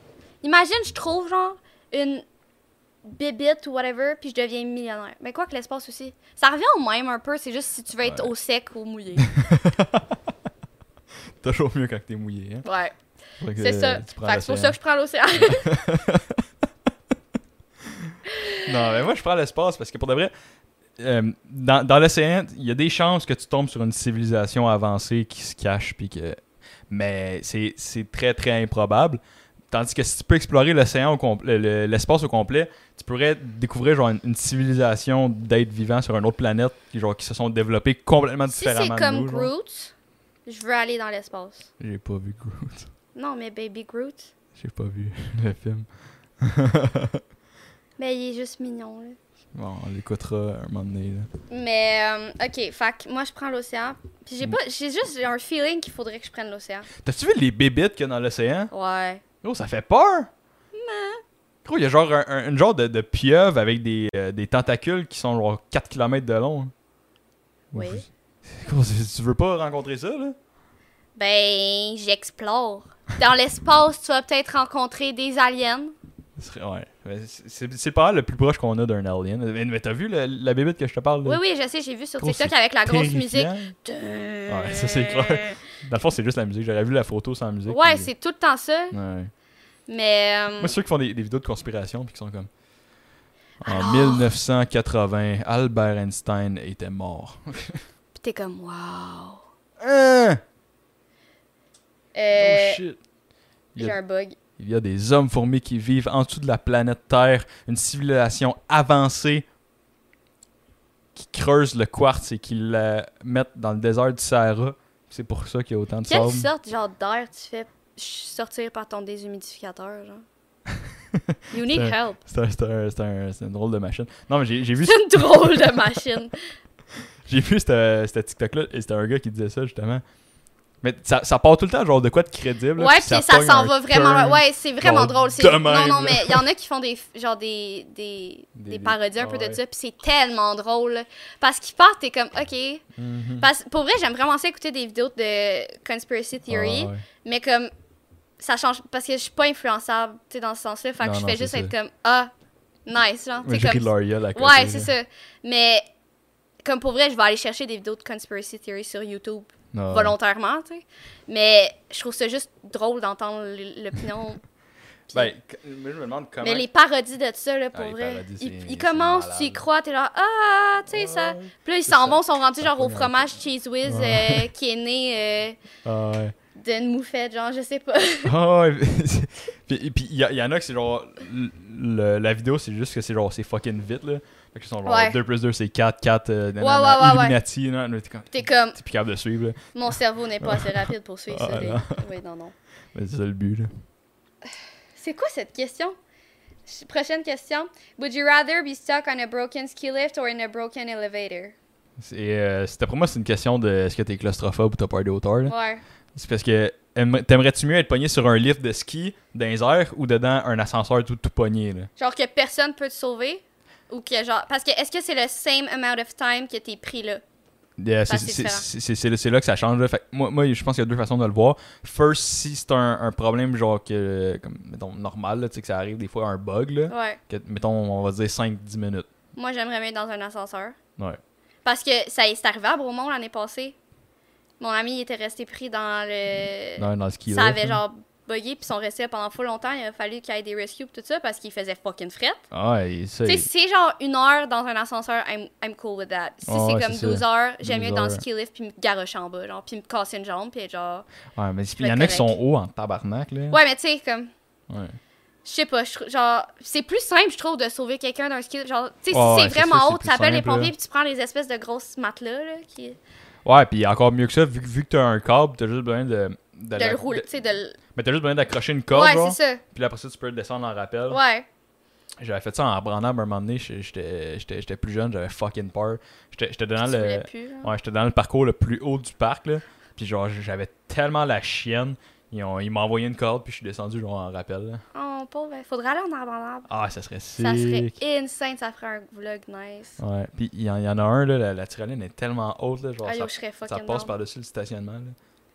S2: Imagine, je trouve, genre, une bibite ou whatever, puis je deviens millionnaire. Mais quoi que l'espace aussi. Ça revient au même un peu, c'est juste si tu veux être
S1: Ouais.
S2: au sec ou au mouillé.
S1: toujours mieux quand t'es mouillé. Hein?
S2: ouais,
S1: Fait que,
S2: c'est ça.
S1: euh,
S2: Fait
S1: tu prends
S2: que c'est pour ça
S1: l'océan.
S2: que je prends l'océan.
S1: Non, mais moi, je prends l'espace parce que pour de vrai, euh, dans, dans l'océan, il y a des chances que tu tombes sur une civilisation avancée qui se cache. Puis que... Mais c'est c'est très, très improbable. Tandis que si tu peux explorer l'océan au complet, le- l'espace au complet, tu pourrais découvrir genre, une, une civilisation d'êtres vivants sur une autre planète qui, genre, qui se sont développés complètement
S2: si c'est
S1: différemment. de
S2: comme
S1: nous, genre.
S2: Groot, je veux aller dans l'espace.
S1: J'ai pas vu Groot.
S2: Non, mais Baby Groot,
S1: J'ai pas vu le film.
S2: mais il est juste mignon, là.
S1: Bon, on l'écoutera un moment donné. là.
S2: Mais, euh, ok, fait que moi, je prends l'océan. Puis j'ai
S1: Mm.
S2: pas, j'ai juste un feeling qu'il faudrait que je prenne l'océan.
S1: T'as-tu vu les bébites qu'il y a dans l'océan?
S2: Ouais.
S1: Gros, ça fait peur! Non. Gros, il y a genre un, un- une genre de, de pieuvre avec des, euh, des tentacules qui sont genre 4 km de long.
S2: Oui.
S1: Gros, c'est- tu veux pas rencontrer ça, là?
S2: Ben, j'explore. Dans l'espace, tu vas peut-être rencontrer des aliens.
S1: Ce serait- Ouais. Mais c'est- C'est c'est pas mal le plus proche qu'on a d'un alien. Mais, mais t'as vu le- la bébête que je te parle? là?
S2: Oui, oui, je sais, j'ai vu sur
S1: Gros,
S2: TikTok
S1: c'est
S2: avec la grosse musique.
S1: Terrifiant.
S2: Ouais,
S1: ça, c'est clair. Dans le fond, c'est juste la musique. J'aurais vu la photo sans musique.
S2: Euh, Ouais, Mm.
S1: puis-
S2: c'est tout le temps ça.
S1: Ouais.
S2: Mais, Mais. euh,
S1: Moi, c'est ceux qui font des, des vidéos de conspiration puis qui sont comme. En
S2: Alors?
S1: 1980, Albert Einstein était mort.
S2: Puis t'es comme, wow.
S1: Hein?
S2: Euh,
S1: oh shit. Il y,
S2: J'ai
S1: a,
S2: un bug.
S1: il y a des hommes fourmis qui vivent en dessous de la planète Terre, une civilisation avancée qui creuse le quartz et qui la mettent dans le désert du Sahara. C'est pour ça qu'il y a autant de
S2: Quelle
S1: sable.
S2: sorte genre d'air tu fais ch- sortir par ton déshumidificateur, genre? You need
S1: C'est
S2: help.
S1: C'est un- c'est un- c'est un- c'est une drôle de machine. Non, mais j'ai j'ai vu
S2: C'est une drôle de machine.
S1: J'ai vu ce ce TikTok-là, et c'était un gars qui disait ça, justement. Mais ça, ça part tout le temps, genre, de quoi de crédible. là,
S2: Ouais, puis ça,
S1: pogne un
S2: s'en va vraiment.
S1: turn.
S2: Ouais, c'est vraiment
S1: genre,
S2: drôle. c'est-
S1: de
S2: Non,
S1: même,
S2: non,
S1: là.
S2: mais il y en a qui font des genre des, des,
S1: Des-
S2: des parodies un peu
S1: ouais.
S2: de ça, puis c'est tellement drôle. là. Parce qu'ils partent, t'es comme, ok.
S1: Mhm.
S2: Parce, pour vrai, j'aime vraiment ça écouter des vidéos de conspiracy theory,
S1: Ah, ouais.
S2: mais comme ça change parce que je suis pas influençable, tu sais, dans ce sens-là. Fait
S1: Non,
S2: que je
S1: non,
S2: fais
S1: c'est
S2: juste
S1: ça.
S2: être comme, ah, nice, genre.
S1: Mais
S2: t'sais,
S1: j'ai pris
S2: comme,
S1: de l'Oreal à côté.
S2: Ouais, c'est
S1: là.
S2: ça. Mais comme pour vrai, je vais aller chercher des vidéos de conspiracy theory sur YouTube
S1: Ah.
S2: volontairement, tu sais. Mais je trouve ça juste drôle d'entendre l- l'opinion. Puis-
S1: Ben, qu- moi, je me demande comment.
S2: mais les parodies de ça, là, pour
S1: Ah, les
S2: vrai,
S1: parodies, c'est-
S2: ils, ils
S1: c'est
S2: commencent,
S1: malade.
S2: tu y crois, t'es là, ah, tu sais, ça.
S1: Ouais.
S2: Puis là, ils
S1: C'est
S2: s'en
S1: ça.
S2: vont, sont rendus
S1: Ça
S2: genre au
S1: pogne un
S2: fromage Cheese Whiz
S1: Ouais.
S2: euh, qui est né
S1: Ah, ouais.
S2: euh, d'une moufette, genre, je sais pas.
S1: Ah, ouais. puis puis il y, a- il y en a que c'est genre. le- le- la vidéo, c'est juste que c'est genre, c'est fucking vite, là. Fait qu'ils sont genre
S2: Ouais.
S1: 2 plus 2, c'est 4, 4,
S2: ouais, ouais, ouais.
S1: Illuminati, là. Là, T'es comme-
S2: T'es comme,
S1: t'es plus capable de suivre, là.
S2: mon cerveau n'est pas assez rapide pour suivre
S1: Ah,
S2: ça. les-
S1: non.
S2: Oui, non, non.
S1: Mais c'est ça le but, là.
S2: C'est quoi cette question? Ch- Prochaine question. Would you rather be stuck on a broken ski lift or in a broken elevator?
S1: C'est, euh, c'était pour moi, c'est une question de est-ce que t'es claustrophobe ou t'as peur des hauteurs, là.
S2: Ouais.
S1: C'est parce que aimer- t'aimerais-tu mieux être pogné sur un lift de ski dans les airs ou dedans un ascenseur tout, tout pogné, là?
S2: Genre que personne peut te sauver? Ou que genre. Parce que est-ce que c'est le same amount of time que t'es pris là?
S1: Euh, c'est-
S2: c'est
S1: c'est-
S2: différent.
S1: C'est c'est- c'est là- c'est là que ça change. là. Fait que moi, moi, je pense qu'il y a deux façons de le voir. First, si c'est un, un problème, genre, que, comme, mettons, normal, là, tu sais, que ça arrive des fois, un bug, là,
S2: Ouais.
S1: que, mettons, on va dire 5-10 minutes.
S2: Moi, j'aimerais mieux être dans un ascenseur.
S1: Ouais.
S2: Parce que ça est c'est arrivé à Bromont l'année passée. Mon ami il était resté pris dans le.
S1: Dans, dans le hein. ski
S2: Euh, ça
S1: lift,
S2: avait
S1: là.
S2: genre bugué, puis ils sont restés pendant full longtemps. Il a fallu qu'il y ait des rescues, pis tout ça, parce qu'il faisait fucking fret.
S1: Ah, ouais, et ça,
S2: Tu sais, si c'est genre une heure dans un ascenseur, I'm, I'm cool with that. Si
S1: Ouais, Ah ouais,
S2: c'est comme
S1: c'est
S2: 12 heures, j'aime
S1: 12
S2: mieux être dans le
S1: heures.
S2: ski lift puis me garocher en bas, genre, puis me casser une jambe, puis être genre.
S1: ouais, mais il
S2: vais
S1: y en a
S2: être
S1: qui sont
S2: correct.
S1: hauts en tabarnak, là.
S2: Ouais, mais tu sais, comme.
S1: Ouais.
S2: Je sais pas, je trou- genre, c'est plus simple, je trouve, de sauver quelqu'un d'un ski lift. Genre, tu sais,
S1: Ouais,
S2: si
S1: ouais,
S2: c'est
S1: c'est sûr,
S2: vraiment
S1: c'est
S2: haut,
S1: plus
S2: tu appelles les
S1: simple, là.
S2: pompiers puis tu prends les espèces de grosses matelas, là, qui.
S1: Ouais, puis encore mieux que ça, vu, que- vu que t'as un câble, t'as juste besoin de.
S2: de
S1: de la-
S2: le rouler,
S1: de-
S2: tu sais, de le.
S1: mais t'as juste besoin d'accrocher une corde,
S2: Ouais,
S1: genre,
S2: c'est
S1: puis après ça, tu peux descendre en rappel.
S2: ça. Ouais.
S1: J'avais fait ça en branlable un moment donné, j'- j'étais j'étais- j'étais plus jeune, j'avais fucking peur. J'étais j'étais dans
S2: Tu voulais
S1: le
S2: plus, genre.
S1: ouais, j'étais dans le parcours le plus haut du parc là, puis genre j'avais tellement la chienne, ils ont- ils m'ont envoyé une corde puis je suis descendu genre en rappel. là.
S2: Oh, pauvre, il faudrait aller en abandonnable.
S1: Ah, ça serait sick.
S2: Ça serait insane, ça ferait un vlog nice.
S1: Ouais, puis il y, en- il y en a un là, la, la tyrolienne est tellement haute là, genre
S2: Ah, yo, je
S1: ça,
S2: serais
S1: ça
S2: fucking
S1: passe
S2: down.
S1: par-dessus le stationnement là.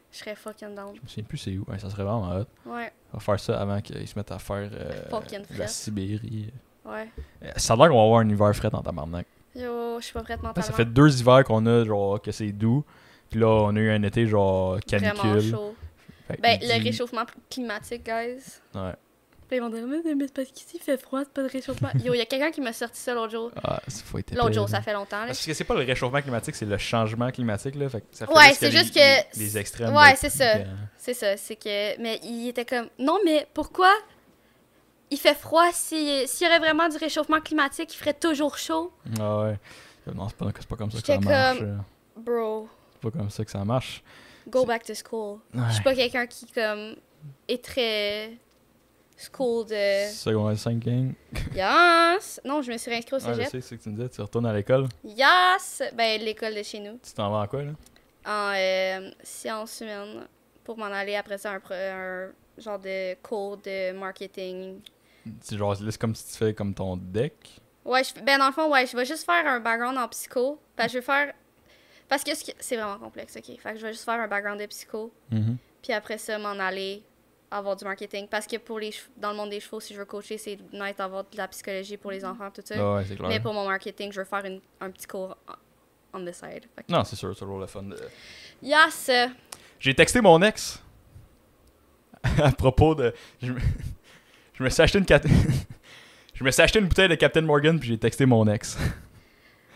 S2: Je serais fucking down.
S1: Je me souviens plus c'est où. Ouais, ça serait vraiment hot.
S2: Ouais,
S1: On va faire ça avant qu'ils se mettent à faire euh,
S2: Fucking
S1: la
S2: fret.
S1: Sibérie.
S2: ouais.
S1: Euh, Ça a l'air qu'on va avoir un hiver frais dans tabarnak.
S2: Yo, je suis pas prête
S1: Là,
S2: mentalement.
S1: ça fait deux hivers qu'on a, genre, que c'est doux. Puis là, on a eu un été, genre,
S2: Vraiment
S1: canicule.
S2: chaud.
S1: Fait que
S2: Ben,
S1: il
S2: le
S1: dit-
S2: réchauffement climatique, guys.
S1: Ouais.
S2: Puis ils vont dire, mais, mais c'est parce qu'ici, il fait froid, c'est pas de réchauffement. Yo, il y a quelqu'un qui m'a sorti ça l'autre jour.
S1: Ah, c'est faut être
S2: L'autre
S1: épais,
S2: jour,
S1: là.
S2: ça fait longtemps. Là.
S1: Parce que c'est pas le réchauffement climatique, c'est le changement climatique, là. Fait que ça fait
S2: Ouais, c'est juste
S1: les-
S2: que-
S1: Les, les extrêmes. euh,
S2: Ouais,
S1: là,
S2: c'est
S1: qui-
S2: ça.
S1: qui-
S2: C'est ça, c'est que. Mais il était comme, non, mais pourquoi il fait froid si- s'il y aurait vraiment du réchauffement climatique, il ferait toujours chaud?
S1: Ah ouais. Non, c'est pas, c'est pas comme ça que ça
S2: J'étais
S1: marche.
S2: comme-
S1: là.
S2: Bro,
S1: C'est pas comme ça que ça marche.
S2: go back to school.
S1: Ouais.
S2: Je suis pas quelqu'un qui, comme, est très. school de.
S1: Secondaire 5 gang.
S2: Yes! Non, je me suis réinscrite au
S1: Ouais, je
S2: cégep.
S1: sais c'est ce que tu me disais. Tu retournes à l'école.
S2: Yes! Ben, l'école de chez nous,
S1: Tu t'en vas en quoi, là
S2: en euh, sciences humaines, pour m'en aller après ça, un, pro- un genre de cours de marketing.
S1: C'est genre, là, c'est comme si tu fais comme ton deck.
S2: Ouais, je- ben, dans le fond, ouais, je vais juste faire un background en psycho. Parce que je vais faire. Parce que ce qui- c'est vraiment complexe, ok? Fait que je vais juste faire un background de psycho.
S1: Mhm.
S2: Puis après ça, m'en aller avoir du marketing. Parce que pour les chev- dans le monde des chevaux, si je veux coacher, c'est nice d'avoir de la psychologie pour les enfants, tout ça.
S1: Ah ouais, c'est clair.
S2: Mais pour mon marketing, je veux faire une- un petit cours en- on the side. Fait que-
S1: Non, c'est sûr, c'est toujours le fun. de-
S2: Yes!
S1: J'ai texté mon ex à propos de. je me- Je me suis acheté une cat- Je me suis acheté une bouteille de Captain Morgan puis j'ai texté mon ex.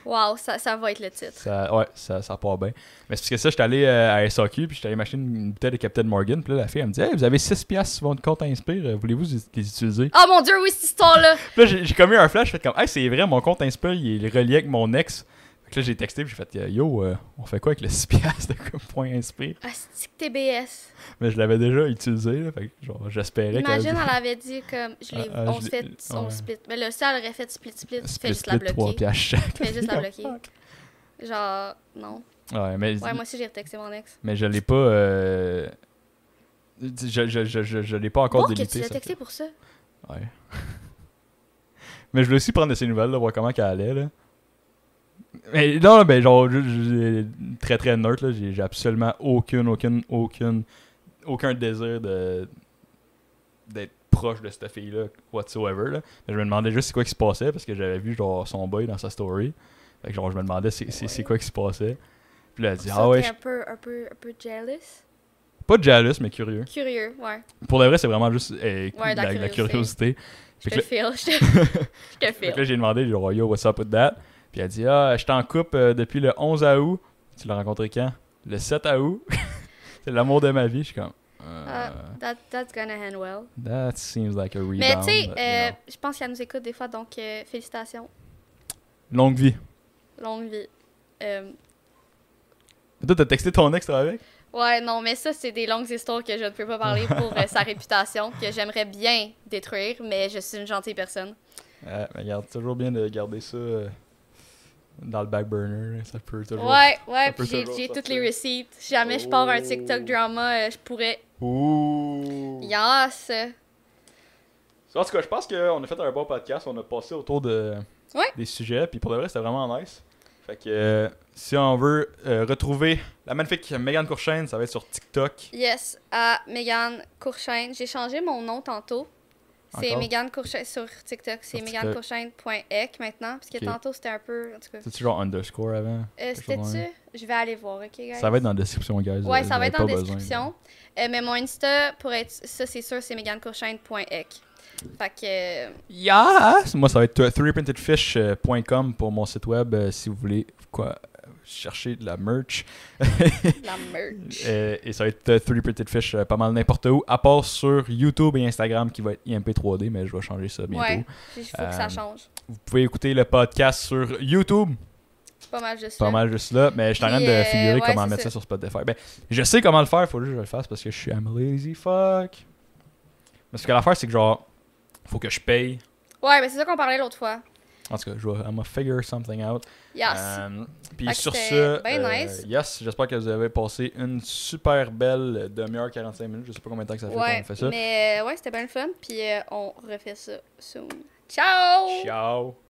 S2: Wow, ça, ça va être le titre.
S1: Ça, ouais, ça, ça part bien. Mais c'est parce que ça, j'étais allé euh, à SAQ puis j'étais allé m'acheter une, une bouteille de Captain Morgan. Puis là, la fille, elle me dit Hey, vous avez 6 piastres sur votre compte Inspire, euh, voulez-vous les utiliser
S2: Oh mon dieu, oui, cette histoire-là!
S1: Puis là, j'ai- j'ai comme eu un flash, j'ai fait comme Hey, c'est vrai, mon compte Inspire, il est relié avec mon ex. Fait que là, j'ai texté puis j'ai fait Yo, euh, on fait quoi avec le 6 piastres de point Inspire
S2: Ah, c'est que TBS.
S1: Mais je l'avais déjà utilisé, là, fait que genre, j'espérais qu'elle-
S2: Imagine, elle avait dit comme, je l'ai-
S1: Ah, ah,
S2: on
S1: je
S2: se
S1: l'ai-
S2: fait, on
S1: ouais.
S2: split. Mais là, ça, elle aurait fait split, split, tu fais
S1: Split,
S2: juste la
S1: split, 3
S2: bloquer.
S1: piastres chaque.
S2: Tu fais juste la bloquer. Genre, non.
S1: Ouais, mais
S2: Ouais, moi aussi, j'ai retexté mon ex.
S1: Mais je l'ai pas. euh, Je, je, je, je, je l'ai pas encore
S2: Bon, que tu
S1: délité.
S2: l'as
S1: ça.
S2: texté pour ça.
S1: Ouais. mais je voulais aussi prendre de ses nouvelles, là, voir comment qu'elle allait. Là. Mais non, ben genre, je- je- très très neutre, là. J'ai j'ai absolument aucune, aucune, aucune, aucun désir de d'être proche de cette fille-là, whatsoever. Là. Mais je me demandais juste c'est quoi qui se passait parce que j'avais vu genre son boy dans sa story. Fait que genre, je me demandais c'est c'est- c'est quoi qui se passait. Puis là, elle a dit
S2: Ça,
S1: Ah ouais,
S2: t'es
S1: je
S2: un peu, un peu, un peu jealous.
S1: suis pas jealous, mais curieux.
S2: Curieux, ouais.
S1: Pour de vrai, c'est vraiment juste euh,
S2: Ouais, de
S1: la,
S2: la
S1: la curiosité.
S2: Je
S1: Fait que
S2: te
S1: là,
S2: feel, je te je te
S1: fait que
S2: feel.
S1: là, j'ai demandé, j'ai dit, yo, what's up with that? Puis elle dit, ah, je t'en coupe euh, depuis le 11 août. Tu l'as rencontré quand? Le 7 août. c'est l'amour de ma vie. Je suis comme, euh,
S2: Ah, that, that's gonna end well.
S1: that seems like a rebound.
S2: Mais tu sais,
S1: but, you
S2: euh, je pense qu'elle nous écoute des fois, donc euh, félicitations.
S1: know. Longue vie.
S2: Longue vie. Euh,
S1: Toi, t'as texté ton ex, toi, avec?
S2: ouais, non, mais ça, c'est des longues histoires que je ne peux pas parler pour euh, sa réputation, que j'aimerais bien détruire, mais je suis une gentille personne.
S1: Ouais, Euh, mais regarde, toujours bien de garder ça euh, dans le back burner. là, Ça peut toujours...
S2: Ouais, ouais,
S1: ça peut
S2: puis j'ai-
S1: toujours
S2: j'ai toutes
S1: sortir.
S2: les receipts. Si jamais je pars un TikTok
S1: Oh.
S2: drama, euh, je pourrais.
S1: Ouh!
S2: Yes!
S1: En tout cas, je pense qu'on a fait un bon podcast. On a passé autour de,
S2: Ouais.
S1: des sujets. Puis pour de vrai, c'était vraiment nice. Fait que euh, si on veut euh, retrouver la magnifique Megan Courchaine, ça va être sur TikTok.
S2: Yes, à Megan Courchaine. J'ai changé mon nom tantôt. C'est
S1: Encore?
S2: Megan Courchaine sur TikTok. C'est
S1: Sur TikTok.
S2: megancourchaine.ec maintenant, parce que
S1: Ok.
S2: tantôt c'était un peu. En tout cas.
S1: C'était-tu genre underscore avant
S2: Euh,
S1: quelque chose de
S2: C'était-tu?
S1: même?
S2: Je vais aller voir, ok, guys?
S1: Ça va être dans la description, guys.
S2: Ouais,
S1: Vous
S2: ça va
S1: avez
S2: être en
S1: pas besoin de-
S2: description. Euh, mais mon Insta, pour être. Ça, c'est sûr, c'est megancourchaine.ec. Fait que. euh,
S1: Yes! Ah, Moi, ça va être euh, 3printedfish.com euh, pour mon site web euh, si vous voulez quoi, chercher de la merch.
S2: la merch.
S1: Euh, et ça va être 3 Printed Fish euh, pas mal n'importe où, à part sur YouTube et Instagram qui va être IMP3D, mais je vais changer ça bientôt.
S2: ouais, il faut que
S1: Euh,
S2: ça change.
S1: Vous pouvez écouter le podcast sur YouTube.
S2: C'est pas mal juste
S1: Pas
S2: là.
S1: mal juste là, mais je suis en train de
S2: Hein? Puis, euh,
S1: figurer
S2: ouais,
S1: comment
S2: c'est
S1: mettre ça.
S2: ça.
S1: sur Spotify. Ben, je sais comment le faire, faut juste que je le fasse parce que je suis I'm a lazy fuck. Mais ce que l'affaire, c'est que genre, faut que je paye.
S2: Ouais, mais c'est ça qu'on parlait l'autre fois.
S1: En tout cas, je vais I'm gonna figure something out.
S2: Yes.
S1: Euh, puis
S2: Fait que
S1: sur
S2: c'était
S1: ce,
S2: ben
S1: euh,
S2: nice.
S1: yes, j'espère que vous avez passé une super belle demi-heure, 45 minutes. Je sais pas combien de temps que ça fait
S2: ouais,
S1: qu'on fait ça.
S2: mais euh, ouais, c'était bien le fun. Puis euh, on refait ça soon. Ciao!
S1: Ciao!